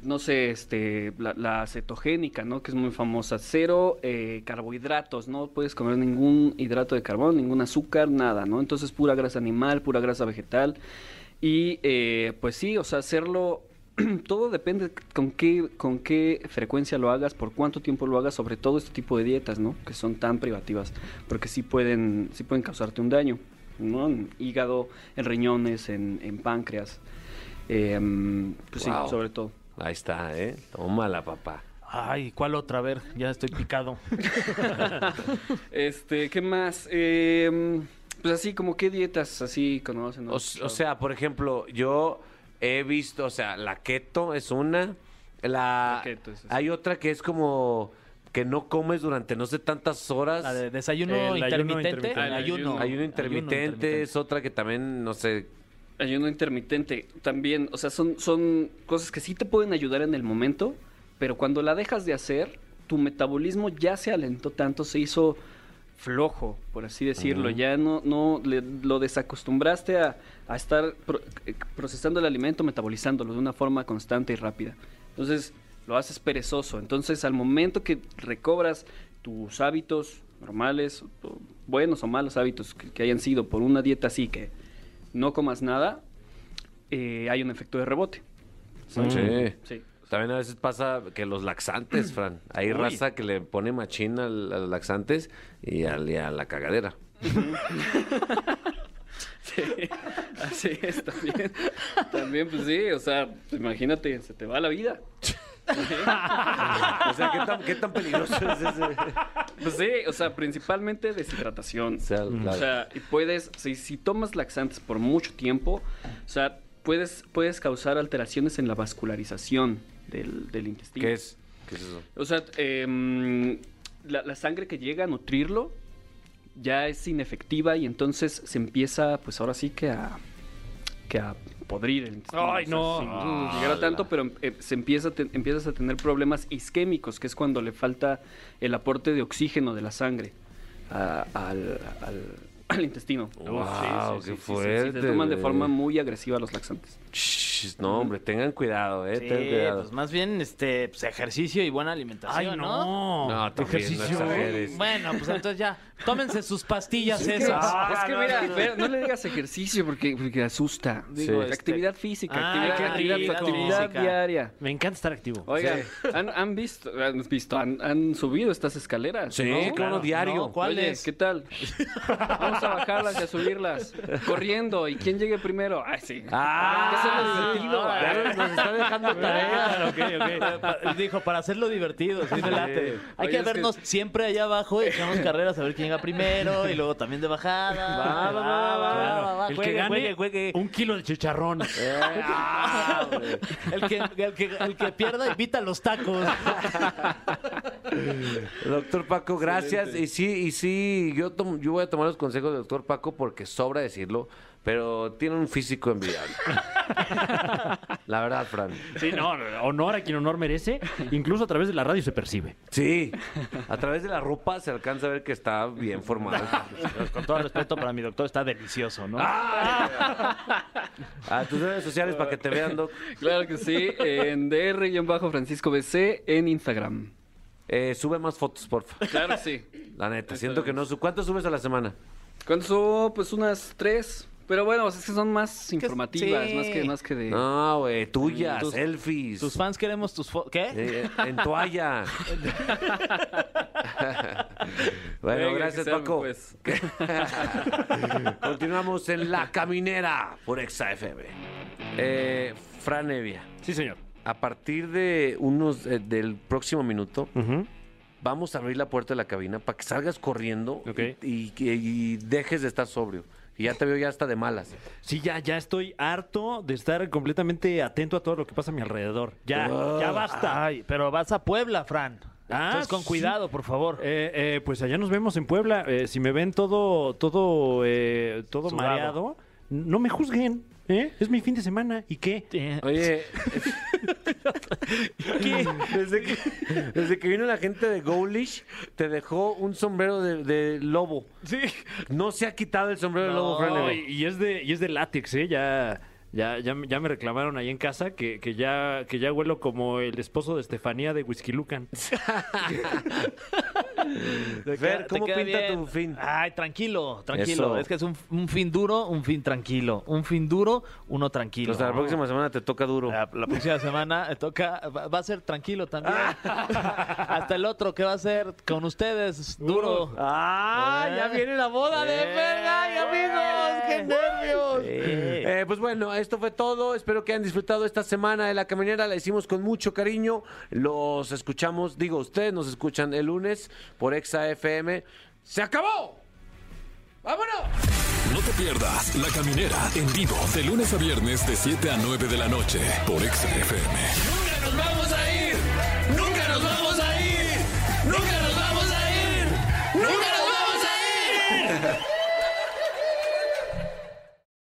[SPEAKER 10] no sé, este, la, la cetogénica, ¿no? Que es muy famosa. Cero eh, carbohidratos, no puedes comer ningún hidrato de carbón, ningún azúcar, nada, ¿no? Entonces pura grasa animal, pura grasa vegetal. Y eh, pues sí, o sea, hacerlo, todo depende con qué, con qué frecuencia lo hagas, por cuánto tiempo lo hagas, sobre todo este tipo de dietas, ¿no? Que son tan privativas, porque sí pueden, sí pueden causarte un daño, ¿no? En hígado, en riñones, en, en páncreas. Eh, pues
[SPEAKER 2] Wow.
[SPEAKER 10] sí, sobre todo.
[SPEAKER 2] Ahí está, ¿eh? Tómala, papá.
[SPEAKER 4] Ay, ¿cuál otra? A ver, ya estoy picado.
[SPEAKER 10] Este, ¿qué más? Eh, pues así, como qué dietas así conocen. ¿no?
[SPEAKER 2] O, s- o sea, por ejemplo, yo he visto, o sea, la keto es una. La,
[SPEAKER 10] La keto es esa.
[SPEAKER 2] hay otra que es como que no comes durante no sé tantas horas.
[SPEAKER 4] La de desayuno
[SPEAKER 3] El ayuno
[SPEAKER 4] intermitente.
[SPEAKER 3] intermitente.
[SPEAKER 10] Ah, el
[SPEAKER 4] ayuno,
[SPEAKER 10] ayuno.
[SPEAKER 2] Ayuno intermitente, es otra que también, no sé.
[SPEAKER 10] Ayuno intermitente también, o sea, son, son cosas que sí te pueden ayudar en el momento, pero cuando la dejas de hacer, tu metabolismo ya se alentó tanto, se hizo flojo, por así decirlo, ya no, no le- lo desacostumbraste a, a estar pro- eh, procesando el alimento, metabolizándolo de una forma constante y rápida. Entonces, lo haces perezoso. Entonces, al momento que recobras tus hábitos normales, o- buenos o malos hábitos que- que hayan sido por una dieta así que no comas nada, eh, hay un efecto de rebote.
[SPEAKER 2] Mm. Sí.
[SPEAKER 10] Sí.
[SPEAKER 2] También a veces pasa que los laxantes, Fran. Hay raza que le pone machina a los laxantes y al- y a la cagadera.
[SPEAKER 10] Sí, así es también. También, pues sí, o sea, imagínate, se te va la vida.
[SPEAKER 2] O sea, ¿qué tan, qué tan peligroso es ese?
[SPEAKER 10] Pues sí, o sea, principalmente deshidratación.
[SPEAKER 2] O sea, la-
[SPEAKER 10] O sea, y puedes, si, si tomas laxantes por mucho tiempo, o sea, puedes, puedes causar alteraciones en la vascularización del, del intestino.
[SPEAKER 2] ¿qué es? ¿Qué es eso?
[SPEAKER 10] O sea, em, la, la sangre que llega a nutrirlo ya es inefectiva y entonces se empieza, pues ahora sí que a, que a podrir el intestino.
[SPEAKER 3] Ay,
[SPEAKER 10] O sea,
[SPEAKER 3] no.
[SPEAKER 10] sin llegar a tanto, pero eh, se empieza a te- empiezas a tener problemas isquémicos, que es cuando le falta el aporte de oxígeno de la sangre a- al, al- al intestino.
[SPEAKER 2] Wow, qué
[SPEAKER 10] se
[SPEAKER 2] fuerte,
[SPEAKER 10] toman de
[SPEAKER 2] güey.
[SPEAKER 10] forma muy agresiva los laxantes.
[SPEAKER 2] Shh, no, hombre, tengan cuidado, eh.
[SPEAKER 4] Sí,
[SPEAKER 2] tengan cuidado.
[SPEAKER 4] pues más bien este pues, ejercicio y buena alimentación,
[SPEAKER 3] Ay,
[SPEAKER 4] ¿no?
[SPEAKER 3] no.
[SPEAKER 2] No, también, no
[SPEAKER 3] Ejercicio.
[SPEAKER 2] exageres.
[SPEAKER 4] Bueno, pues entonces ya, tómense sus pastillas
[SPEAKER 10] Es que,
[SPEAKER 4] esas.
[SPEAKER 10] es que mira, ve- Ah, no, le digas ejercicio porque, porque asusta. Digo,
[SPEAKER 2] este-
[SPEAKER 10] Actividad física,
[SPEAKER 4] Ah,
[SPEAKER 10] actividad,
[SPEAKER 4] qué
[SPEAKER 10] actividad-
[SPEAKER 4] rico.
[SPEAKER 10] actividad
[SPEAKER 4] Física.
[SPEAKER 10] diaria.
[SPEAKER 3] Me encanta estar activo.
[SPEAKER 10] Oigan, ¿han, han visto, han, visto han, han subido estas escaleras?
[SPEAKER 2] Sí,
[SPEAKER 10] ¿no?
[SPEAKER 2] claro, diario.
[SPEAKER 4] No, ¿cuál
[SPEAKER 10] Oye,
[SPEAKER 4] es?
[SPEAKER 10] ¿Qué tal? Vamos a bajarlas y a subirlas. Corriendo. ¿Y quién llegue primero? Ay, sí.
[SPEAKER 2] Ah,
[SPEAKER 10] Eso es lo divertido.
[SPEAKER 2] ya nos- nos está dejando tarea.
[SPEAKER 3] Ah, ok, ok.
[SPEAKER 4] Pa- Dijo, para hacerlo divertido, sí me late. Hay
[SPEAKER 10] Oye,
[SPEAKER 4] que
[SPEAKER 10] es que-
[SPEAKER 4] vernos siempre allá abajo y echamos carreras a ver quién llega primero y luego también de bajada.
[SPEAKER 2] Va,
[SPEAKER 4] Ah,
[SPEAKER 2] va, va, va,
[SPEAKER 4] claro.
[SPEAKER 2] va,
[SPEAKER 3] El
[SPEAKER 4] Juegue,
[SPEAKER 3] que gane
[SPEAKER 4] juegue, juegue. Eh,
[SPEAKER 3] un kilo de chicharrón.
[SPEAKER 4] Ah, El que, el, que, el que pierda invita a los tacos.
[SPEAKER 2] Doctor Paco, gracias. Y sí, y sí, yo, tom- yo voy a tomar los consejos del doctor Paco porque sobra decirlo, pero tiene un físico envidiable. La verdad, Fran.
[SPEAKER 3] Sí, no, honor a quien honor merece. Incluso a través de la radio se percibe.
[SPEAKER 2] Sí, a través de la ropa se alcanza a ver que está bien formado.
[SPEAKER 4] Con todo respeto para mi doctor, está delicioso, ¿no?
[SPEAKER 2] Ah. A tus redes sociales para que te vean, Doc.
[SPEAKER 10] Claro que sí. En DR-Francisco BC en Instagram.
[SPEAKER 2] Eh, sube más fotos, porfa.
[SPEAKER 10] Claro que sí.
[SPEAKER 2] La neta, siento que no. su- ¿Cuánto subes a la semana?
[SPEAKER 10] ¿Cuántos hubo? Pues unas tres. Pero bueno, o sea, es que son más informativas,
[SPEAKER 4] sí.
[SPEAKER 10] más que más que de.
[SPEAKER 2] No, güey, tuyas,
[SPEAKER 4] Tus-
[SPEAKER 2] selfies.
[SPEAKER 4] Tus fans queremos tus fotos. ¿Qué?
[SPEAKER 2] Eh, en toalla. bueno,
[SPEAKER 10] Venga, que
[SPEAKER 2] gracias,
[SPEAKER 10] sea,
[SPEAKER 2] Paco.
[SPEAKER 10] pues.
[SPEAKER 2] Continuamos en La Caminera por Exa FM. Eh, Fran Evia,
[SPEAKER 3] Sí, señor.
[SPEAKER 2] a partir de unos eh, del próximo minuto, vamos a abrir la puerta de la cabina para que salgas corriendo
[SPEAKER 3] Ok.
[SPEAKER 2] y, y- y dejes de estar sobrio. Y ya te veo ya hasta de malas.
[SPEAKER 3] Sí, ya, ya estoy harto de estar completamente atento a todo lo que pasa a mi alrededor. Ya,
[SPEAKER 2] Ah.
[SPEAKER 3] ya basta.
[SPEAKER 4] Ah. Ay, pero vas a Puebla, Fran.
[SPEAKER 3] Ah,
[SPEAKER 4] Entonces con
[SPEAKER 3] sí.
[SPEAKER 4] cuidado, por favor.
[SPEAKER 3] Eh, eh, pues allá nos vemos en Puebla. Eh, si me ven todo, todo, eh, todo
[SPEAKER 4] Sudado.
[SPEAKER 3] mareado,
[SPEAKER 4] Eh,
[SPEAKER 3] no me juzguen. ¿eh? Es mi fin de semana. ¿Y qué?
[SPEAKER 2] Oye, Desde que, desde que vino la gente de Goulish, te dejó un sombrero de, de lobo.
[SPEAKER 3] Sí.
[SPEAKER 2] No se ha quitado el sombrero de lobo,
[SPEAKER 3] No,
[SPEAKER 2] Fran.
[SPEAKER 3] y, y es de, y es de látex, ¿eh? Ya, ya, ya, me- ya me reclamaron ahí en casa que, que ya, que ya huelo como el esposo de Estefanía de Whisky Lucan.
[SPEAKER 2] Fer,
[SPEAKER 4] Te
[SPEAKER 2] ¿cómo
[SPEAKER 4] queda
[SPEAKER 2] pinta
[SPEAKER 4] bien.
[SPEAKER 2] tu fin?
[SPEAKER 4] Ay, tranquilo, tranquilo.
[SPEAKER 2] Eso.
[SPEAKER 4] Es que es un, un fin duro, un fin tranquilo. Un fin duro, uno tranquilo.
[SPEAKER 2] Pues la próxima semana te toca duro.
[SPEAKER 4] La, la próxima semana toca, va va a ser tranquilo también. Hasta el otro que va a ser con ustedes, duro.
[SPEAKER 2] Ah, ya
[SPEAKER 4] Eh.
[SPEAKER 2] viene la boda de
[SPEAKER 4] Eh.
[SPEAKER 2] Ferga, y amigos, qué
[SPEAKER 4] Eh.
[SPEAKER 2] nervios.
[SPEAKER 4] Sí.
[SPEAKER 2] Eh, pues bueno, esto fue todo. Espero que hayan disfrutado esta semana de la caminera. La hicimos con mucho cariño. Los escuchamos, digo, ustedes nos escuchan el lunes por Exa FM. ¡Se acabó! ¡Vámonos!
[SPEAKER 1] No te pierdas La Caminera en vivo de lunes a viernes de 7 a 9 de la noche por Exa FM.